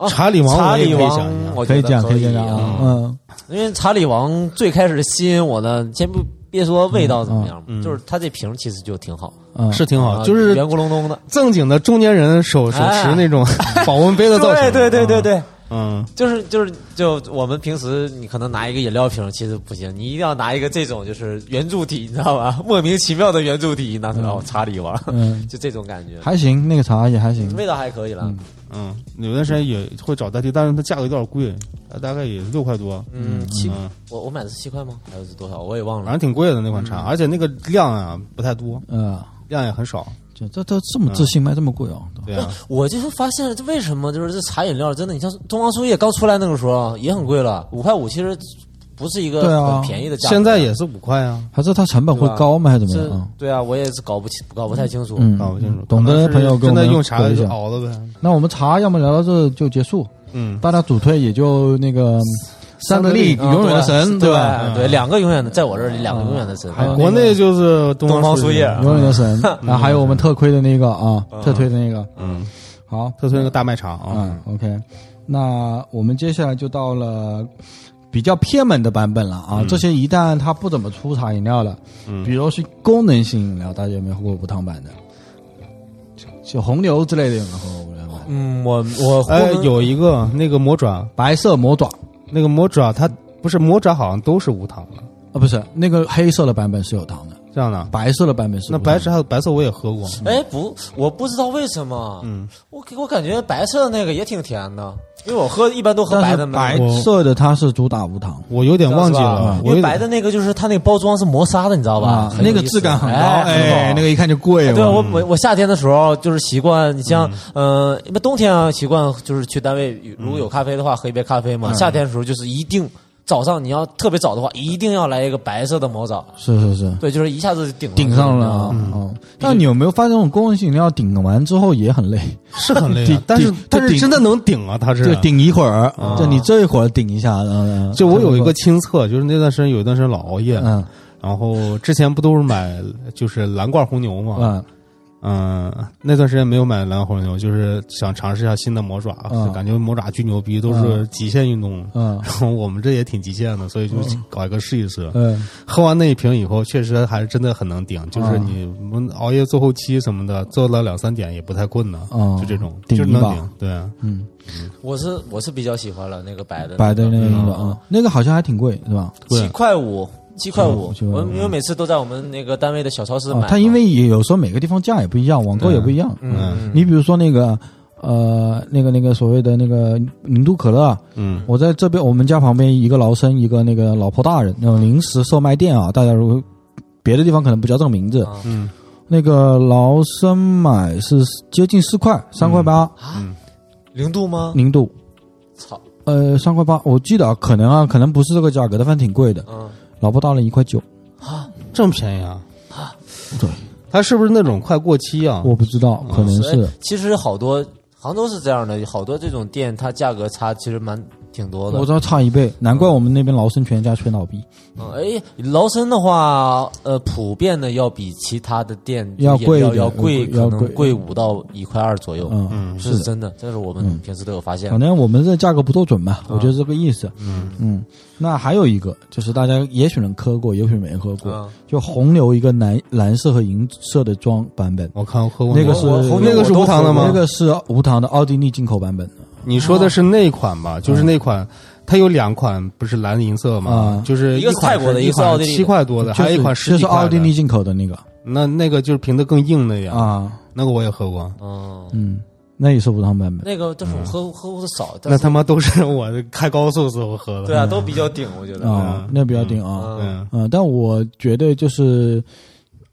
查理王
查
我也
理
可以
啊王
讲一讲，
我
可以
觉得
讲，
可
以讲
啊
啊，嗯
因为查理王最开始吸引我的，先不别说味道怎么样，
嗯嗯
就是它这瓶其实就挺好，
嗯，
是挺好，
啊
就是
圆咕隆咚的。
正经的中年人手手持那 种保温杯的造型，
对对对对对，
嗯，
就是就是就我们平时你可能拿一个饮料瓶，其实不行，你一定要拿一个这种就是圆柱体，你知道吧？莫名其妙的圆柱体拿出来，我哦查理王，
嗯，
就这种感觉，
还行，那个茶也还行，
味道还可以了。
嗯嗯，有段时间也会找代替，但是它价格有点贵，大概也六块多，
嗯，七，
嗯，
我我买的是七块吗？还是多少？我也忘
反
了。
正挺贵的那款
嗯
茶，而且那个量啊不太多，
嗯，
量也很少，
这这这这么自信卖这么贵哦，
对啊，
我就是发现了，这为什么就是这茶饮料真的，你像东方树叶刚出来那个时候啊也很贵了，五块五其实不是一
对
个
啊
很便宜的价格。
现在也是五块啊，
还是它成本会高吗？还是怎么
是
样？啊，
对啊，我也是搞不清，搞不太清楚。
嗯，
搞不清楚，
懂得的朋友跟
真
我
的
们
用茶
回一
就
下
熬的呗，
那我们茶要么聊到这就结束，
嗯，
大家主推也就那个三得利
嗯
永远的神，
对
吧？嗯
对，两个永远的，在我这里两个永远的神。啊
还有
国内就是
东方树叶
嗯
啊
永远的神，然后还有我们特亏的那个啊，特推的那个，
嗯，
好，
特推那个大卖场啊，
嗯，OK，那我们接下来就到了比较偏门的版本了
嗯
啊。这些一旦它不怎么出茶饮料了，
嗯
比如是功能性饮料，大家有没有喝过无糖版的？就红牛之类的有没有喝过无糖版的？
嗯，我我
哎，有一个那个魔爪，
白色魔爪
那个魔爪它不是魔爪，好像都是无糖的，
啊，不是那个黑色的版本是有糖的，
这样的。
白色的版本是
那
无糖
白
的
色还有白色我也喝过，
哎不，我不知道为什么，嗯，我我感觉白色的那个也挺甜的，因为我喝一般都喝白
但是
的嘛。
白色的它是主打无糖。
我有点忘记了
是吧。因
我
为
有
白
点
的那个就是它那个包装是磨砂的，你知道吧
啊？
很有
那个
意思
质感很高，
哎，
哎，那个一看就贵。
对我我我夏天的时候就是习惯，你像
嗯
呃，因为冬天啊习惯就是去单位，如果有咖啡的话喝一杯咖啡
嗯
嘛。夏天的时候就是一定早上你要特别早的话，一定要来一个白色的毛枣，
是是是，
对，就是一下子顶
顶上了
了
啊。嗯，但你有没有发现，这种功能性饮料顶完之后也很累？
是很 累
顶
啊，但是
顶
但是
顶
真的能顶啊，它是
就。顶一会儿，
啊
就你这一会儿顶一下，嗯，
就我有一个亲测，就是那段时间有一段时间老熬夜，
嗯
然后之前不都是买就是蓝罐红牛嘛，
嗯
嗯，那段时间没有买蓝罐红牛，就是想尝试一下新的魔爪，啊
嗯
就感觉魔爪巨牛逼，都是
嗯
极限运动，
嗯
然后我们这也挺极限的，所以就搞一个试一试。
嗯
喝完那一瓶以后，确实还是真的很能顶，就是你我们熬夜做后期什么的，做到两三点也不太困呢，
哦
就这种
顶
就
一把
是能顶，对啊，
嗯，
我是我是比较喜欢了那个白的
白的那
嗯
个啊，那个好像还挺贵，是吧？
对
七块五。七块五，
七块五
我因为每次都在我们那个单位的小超市
哦
买，。
它因为也有时候每个地方价也不一样，网购也不一样。
嗯
你比如说那个。呃，那个那个所谓的那个零度可乐啊，
嗯
我在这边我们家旁边一个劳生，一个那个老婆大人那种零食售卖店啊，大家如果别的地方可能不叫这个名字，
啊
嗯
那个劳生买是接近四块，三块八
啊，零度吗？
零度，
操，
呃，三块八，我记得啊，可能啊，可能不是这个价格，但反正挺贵的。
嗯，
老婆大人一块九，
这么便宜啊？
对，
它是不是那种快过期啊？
我不知道，可能
所以
是。
其实好多杭州是这样的，好多这种店它价格差其实蛮挺多
我
的
知。道差一倍，难怪我们那边劳生全家全倒闭，
嗯哎，劳森的话，呃，普遍的要比其他的店
要贵一
要
点嗯
要贵，
要
可
贵
能贵五到一块二左右。
嗯
嗯
这是真的，这是我们平时都有发现
反。正我们这价格不做准嘛，我觉得这个意思。
啊嗯
嗯，那还有一个就是大家也许能喝过，也许没喝过，
啊
嗯，
就红牛一个蓝蓝色和银色的装版本，
我看我喝过
那个
是
是
红
那个是无糖的吗
那个是无糖的奥地利进口版本的。
你说
哦
的是那款
嗯
吧？就是那款，它有两款，不是蓝银色吗
啊？
就是
一个是
款
泰国的
是
一
一
个是奥
款
地利的
七块多的，
就是
还有一款十
就
几
是
块的
奥地利进口的那个
那那个就是瓶子更硬那样，
啊，
那个我也喝过。
嗯，
嗯，那也是无糖版本。
那个但是我
嗯
喝喝过的少，但
那
是
他妈都是我开高速时候喝的。
对啊，
嗯
都比较顶，我觉得。
啊，那比较顶啊。
嗯，
嗯，但我觉得就是，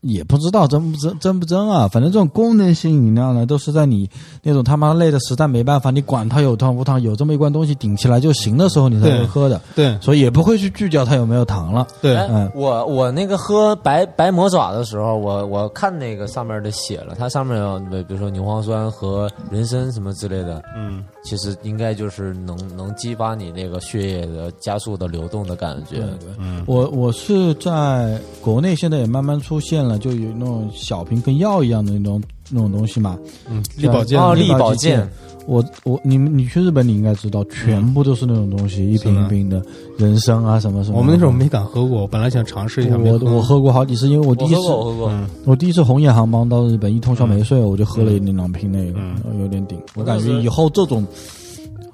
也不知道真不真真不真啊，反正这种功能性饮料呢，都是在你那种他妈累的实在没办法，你管它有糖无糖，有这么一罐东西顶起来就行的时候，你才会
对
喝的，
对
所以也不会去聚焦它有没有糖了。
对，
哎
嗯
我我那个喝白白魔爪的时候，我我看那个上面的写了，它上面有比如说牛磺酸和人参什么之类的，
嗯，
其实应该就是能能激发你那个血液的加速的流动的感觉。
嗯
我我是在国内现在也慢慢出现了，就有那种小瓶跟药一样的那种那种东西嘛。
嗯，力保健
哦，
力
力
保
保
健
健，
我我你们你去日本你应该知道，全部都是那种东西，一瓶一瓶的人参啊什么什么。
我们那时候没敢喝过，我本来想尝试一下，没
我我喝过好几次，因为我第
我
一
喝
次
过，我喝过。
嗯
我第一次红眼航班到日本一通宵没睡，我就喝了一两瓶那个，有点顶。我感觉以后这种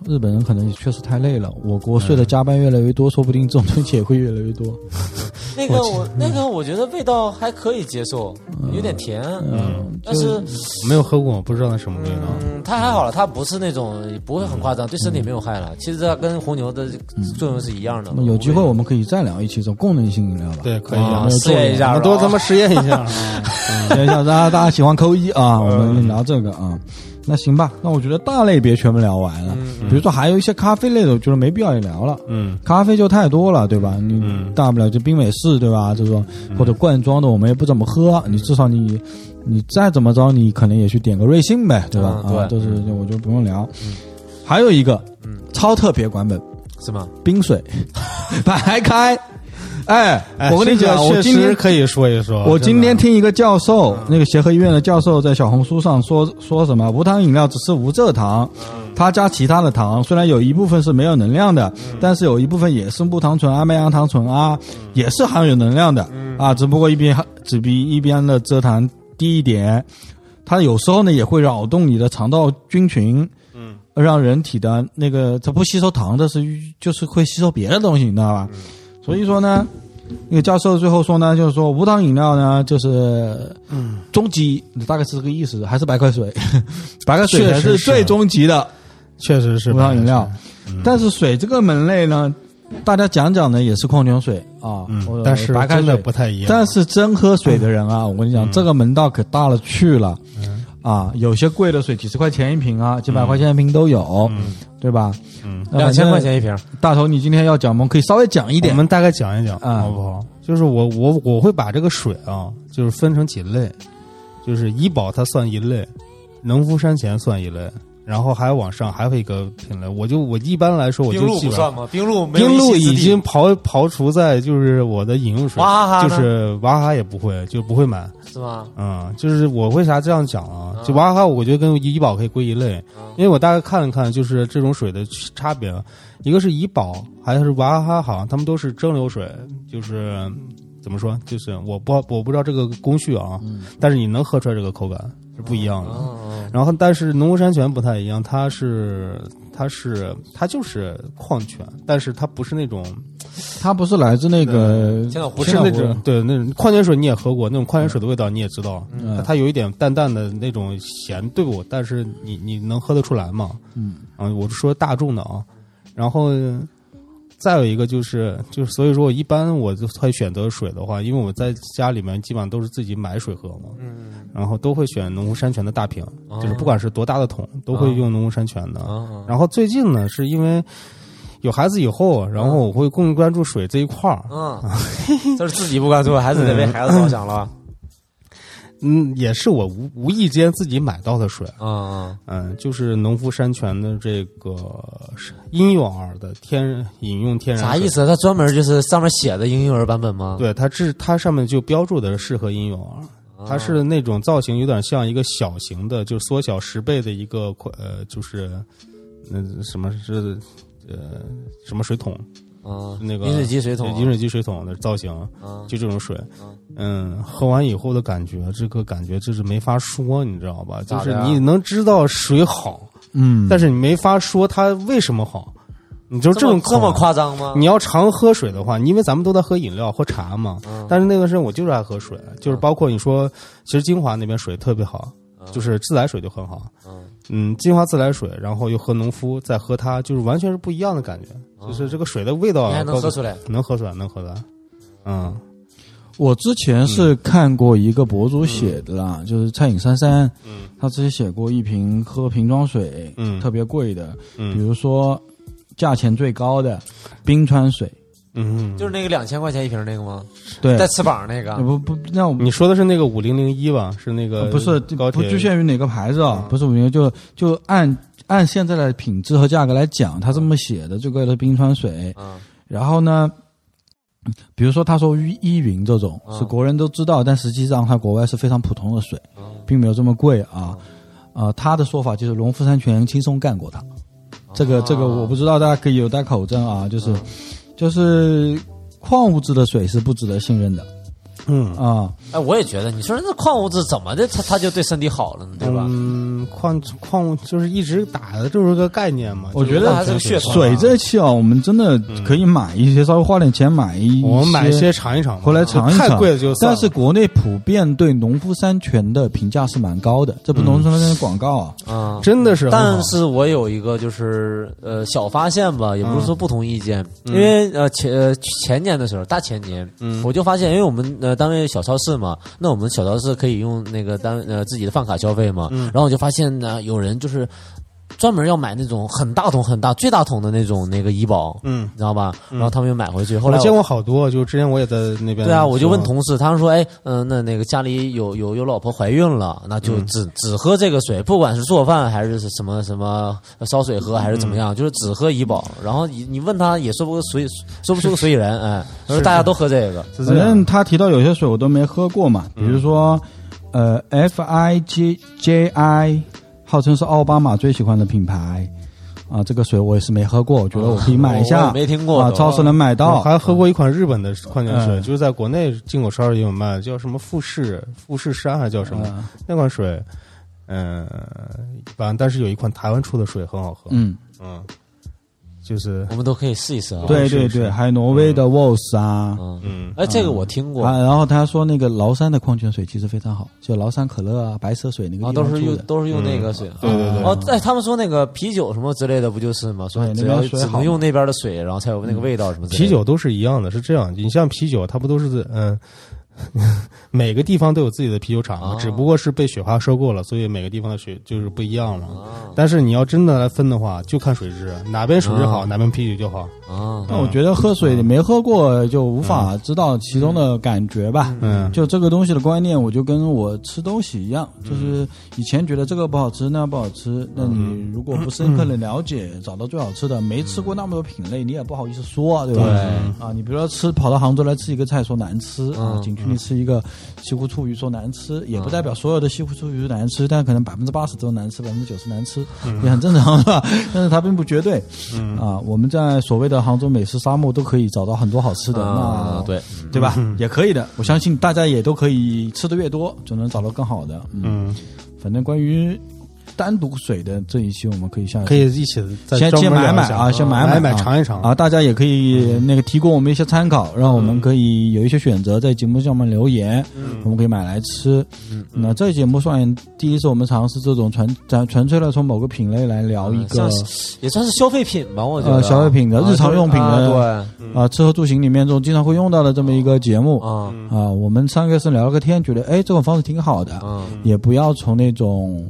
日本人可能也确实太累了，我国睡的加班越来越多，说不定这种东西也会越来越多。
那个我
嗯
那个我觉得味道还可以接受，有点甜，
嗯，
但是
没有喝过，不知道那什么味道。
嗯，它还好了，它不是那种不会很夸张，对身体
嗯
没有害了。其实它跟红牛的作用是一样的
那。么有机会我们可以再聊一期这种功能性饮料吧。
对，可以
啊
啊，
试验一
我
下，
们多咱们实验一下 啊。
等一下，大家大家喜欢扣一啊，
嗯
我们聊这个啊。那行吧，那我觉得大类别全部聊完了，比如说还有一些咖啡类的，我觉得没必要也聊了。
嗯，
咖啡就太多了，对吧？你大不了就冰美式，对吧？这种
嗯
或者罐装的，我们也不怎么喝。你至少你你再怎么着，你可能也去点个瑞幸呗，对吧？
嗯
啊，
对
都是我就不用聊。
嗯
还有一个，超特别版本
是吗？
冰 水白开，哎，
哎
我跟你讲，
这个
我
确
今
实
天
可以说一说。
我今天
哦真的
听一个教授，那个协和医院的教授在小红书上说说什么无糖饮料只是无蔗糖，他加其他的糖，虽然有一部分是没有能量的，但是有一部分也是木糖醇啊、麦芽糖醇啊，也是含有能量的啊，只不过一边只比一边的蔗糖低一点，它有时候呢也会扰动你的肠道菌群。让人体的那个它不吸收糖的是就是会吸收别的东西，你知道吧？所以说呢，那个教授最后说呢，就是说无糖饮料呢，就是终极，大概是这个意思，还是白开水， 白开水才
确实是
最终极的
确实是
无糖饮料。
嗯
但是水这个门类呢，大家讲讲呢也是矿泉水啊，或
嗯
者，
但是
白开
真
水
的不太一样。嗯
但是真喝水的人啊，我跟你讲，这个门道可大了去了，啊，有些贵的水几十块钱一瓶啊，几百块钱一瓶都有，对吧？
嗯
那
两
反正
千块。钱一瓶，
大头，你今天要讲吗？可以稍微讲一
我
点。
们大概讲一讲，
啊
好不好？就是我我我会把这个水啊，就是分成几类，就是怡宝它算一类，农夫山泉算一类，然后还往上还有一个品类，我就我一般来说我就
冰露
记
不
本
算吗？冰露没有
冰露
一席之
已
地
经刨刨除在就是我的饮用水，
娃哈哈呢
就是娃哈哈也不会，就不会买。
是吗？
嗯，就是我为啥这样讲啊？
嗯
就娃哈哈，我觉得跟怡宝可以归一类，因为我大概看了看，就是这种水的差别，啊一个是怡宝，还有是娃哈哈，好像他们都是蒸馏水，就是怎么说，就是我不我不知道这个工序啊，但是你能喝出来这个口感是不一样的。
嗯
然后，但是农夫山泉不太一样，它是它是它就是矿泉，但是它不是那种
它不是来自那个
千岛湖
不是那种对那种矿泉水你也喝过，那种矿泉水的味道你也知道，它它有一点淡淡的那种咸对不？但是你你能喝得出来吗？
嗯，
啊，我是说大众的啊，然后。再有一个就是，就是所以说，我一般我就会选择水的话，因为我在家里面基本上都是自己买水喝嘛，
嗯
然后都会选农夫山泉的大瓶，
哦
就是不管是多大的桶，都会用农夫山泉的。
嗯
然后最近呢，是因为有孩子以后，然
哦
后我会更关注水这一块儿，
嗯， 这是自己不关注，还是得为孩子着想了。
嗯，也是我无无意间自己买到的水，
嗯
嗯，就是农夫山泉的这个是婴幼儿的天饮用天
嗯，
然
啥
水
意？思？它专门就是上面写的婴幼儿版本吗？
对，它是它上面就标注的是适合婴幼儿。
啊
它是那种造型有点像一个小型的，就是缩小十倍的一个款呃，就是嗯、什么是呃什么水桶，
嗯，
那个
饮水机水桶，
饮水机水桶的造型，
嗯
就这种水，嗯，喝完以后的感觉，这个感觉就是没法说，你知道吧？就
咋
是
的呀
你能知道水好，
嗯，
但是你没法说它为什么好，你就
这
种
么这么
口嗯
夸张吗？
你要常喝水的话，因为咱们都在喝饮料、喝茶嘛。
嗯
但是那段时间我就是爱喝水，就是包括你说，其实金华那边水特别好，
嗯
就是自来水就很好。嗯，金华自来水，然后又喝农夫，再喝它，就是完全是不一样的感觉，就是这个水的味道
嗯你还能
包括
喝出来？
能喝出来，能喝出来。嗯，
我之前是看过一个博主写的啦，就是蔡颖珊珊，嗯，她之前写过一瓶喝瓶装水，
嗯
特别贵的，
嗯
比如说价钱最高的冰川水，
嗯，
就是那个两千块钱一瓶那个吗？
对，
带翅膀那个
呃。不不，那我们
你说的是那个五零零一吧？啊是那个
不是
呃高
不
铁嗯
局限于哪个牌子啊，不是五零，就就按按现在的品质和价格来讲，他这么写的最贵的冰川水，
嗯
然后呢，比如说他说依依云这种
嗯
是国人都知道，但实际上它国外是非常普通的水，
嗯
并没有这么贵啊。啊、他的说法就是农夫山泉轻松干过
嗯
他，这个这个我不知道，大家可以有待考证啊。
嗯
就是就是矿物质的水是不值得信任的
嗯
啊。
哎，我也觉得，你说那矿物质怎么的，它它就对身体好了呢？对吧？
嗯，矿矿物就是一直打的就是个概念嘛。
我
就是
觉得
还是个噱头啊
水这期啊，我们真的可以买一些，稍微花点钱买一
我们买一些尝一尝嘛，
回来尝一尝。
太贵了就算
但
了啊
是国内普遍对农夫山泉的评价是蛮高的，这不农夫山泉的广告啊，
嗯，
真的是很好，
但是我有一个就是呃小发现
嗯
吧，也不是说不同意见，因为呃前呃前年的时候，大前年，
嗯
我就发现，因为我们呃单位小超市嘛，那我们小超市可以用那个单呃自己的饭卡消费嘛，
嗯
然后我就发现呢，有人就是。专门要买那种很大桶、很大、最大桶的那种那个怡宝，
嗯，
你知道吧？然后他们又买回去，后
我
来
见过好多，就之前我也在那边。
对啊，我就问，同事，他们说，哎，嗯、那那个家里有有有老婆怀孕了，那就只、只喝这个水，不管是做饭还是什么什么烧水喝还是怎么样，就是只喝怡宝。然后你你问他也说不出所以 说不出个所以然，哎，他说大家都喝这个，
嗯是
反
这样嗯
正他提到有些水我都没喝过嘛，比如说呃 F I G J I，号称是奥巴马最喜欢的品牌。啊，这个水我也是没喝过，我觉得我可以买一
我
哦
下，
我也没听过
啊，
都
超市能买
我
到。
还喝过一款日本的矿泉水，
嗯
就是在国内进口超市也有卖，叫什么富士富士山还是叫什么、那款水，嗯、一般。但是有一款台湾出的水很好喝，
嗯，
嗯，就是
我们都可以试一试啊。
对
是
对
是
对，还有挪威的 WOS 啊，
嗯
哎，这个我听过，
啊，然后他说那个崂山的矿泉水其实非常好，就崂山可乐啊、白蛇水那个
啊，
地
都
方
是
出
用
的
都是用那个水。
对对对，
哦，哎，他们说那个啤酒什么之类的，不就是吗？说
对
只
那边
要
水
只
好
能用那边的水，然后才有那个味道什么之类的。啊
啤酒都是一样的，是这样。你像啤酒，它不都是嗯、 每个地方都有自己的啤酒厂嘛，
啊
只不过是被雪花收购了，所以每个地方的水就是不一样
啊
了。但是你要真的来分的话，就看水质，哪边水质好，
啊
哪边啤酒就好。
啊，
那我觉得喝水你没喝过就无法知道其中的感觉吧。
嗯
就这个东西的观念，我就跟我吃东西一样，就
嗯
是以前觉得这个不好吃，那不好吃。那
嗯
你如果不深刻的了解，找到最好吃的，没吃过那么多品类，你也不好意思说，对吧？
对
啊，你比如说吃跑到杭州来吃一个菜，说难吃啊
嗯，
景区里吃一个西湖醋鱼说难吃，也不代表所有的西湖醋鱼都难吃，但可能百分之八十都难吃，百分之九十难吃，也很正常，是吧？但是它并不绝对。啊，我们在所谓的杭州美食沙漠都可以找到很多好吃的，
啊
那，
对，
对吧？也可以的，我相信大家也都可以吃的越多，就能找到更好的。嗯，
嗯，
反正关于单独水的这一期，我们可以下一期
可以一起再
先
专
先
门
买
聊一
买
下
啊，先买
买
买啊
尝一尝
啊，大家也可以
嗯
那个提供我们一些参考，让我们可以有一些选择，在节目上面留言，
嗯
我们可以买来吃。那这节目算第一次我们尝试这种纯纯纯粹的从某个品类来聊一个
嗯像是也算是消费品吧，我觉得、
呃消费品的
啊
日常用品的
就是
啊吃喝住行里面这种经常会用到的这么一个节目
啊对啊
啊。我们上个是聊了个天，觉得哎这种方式挺好的，
嗯，
也不要从那种。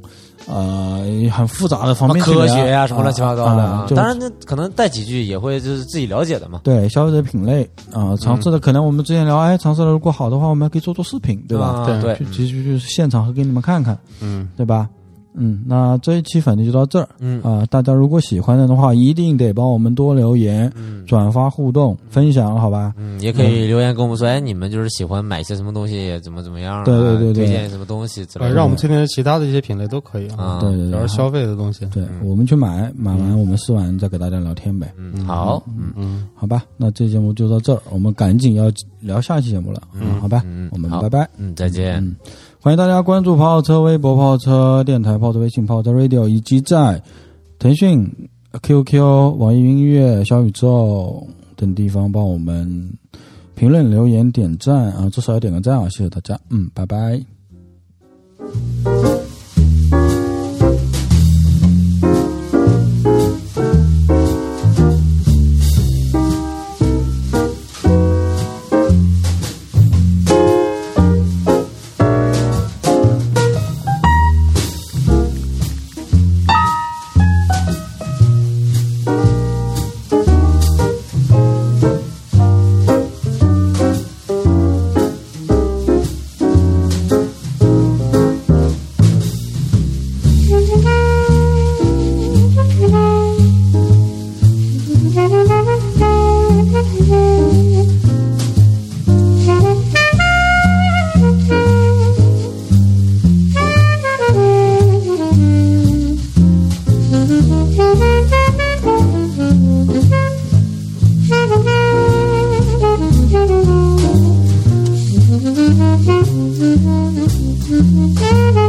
呃，很复杂的方面去
科
聊
学呀、什么乱七八糟
啊
的，啊
啊就
当然那可能带几句也会就是自己了解的嘛，
对消费者品类啊、
嗯
尝试的可能我们之前聊，哎，尝试的如果好的话，我们还可以做做视频，对吧？
啊对
就，其实就是现场会给你们看看，
嗯，
对吧？嗯，那这一期反正就到这儿
嗯
啊、大家如果喜欢的话，一定得帮我们多留言、
嗯
转发、互动、分享，好吧？
嗯，也可以留言跟我们说，哎，你们就是喜欢买一些什么东西，怎么怎么样、啊，
对对对对
推荐什么东西之类
呃
的，
让我们推荐其他的一些品类都可以啊，
啊，
对对
主要
对
是，消费的东西。
对、我们去买，买完我们试完再给大家聊天呗，
嗯，好，嗯
嗯，
好吧？那这节目就到这儿，我们赶紧要聊下期节目了，嗯，好吧？
嗯
我们
好
拜拜。
嗯，再见。
嗯欢迎大家关注泡泡车微博、泡泡车电台、泡泡车微信、泡泡车 Radio，以及在腾讯、QQ、网易云音乐、小宇宙等地方帮我们评论、留言、点赞啊，至少要点个赞啊，谢谢大家，嗯，拜拜。
「嗯。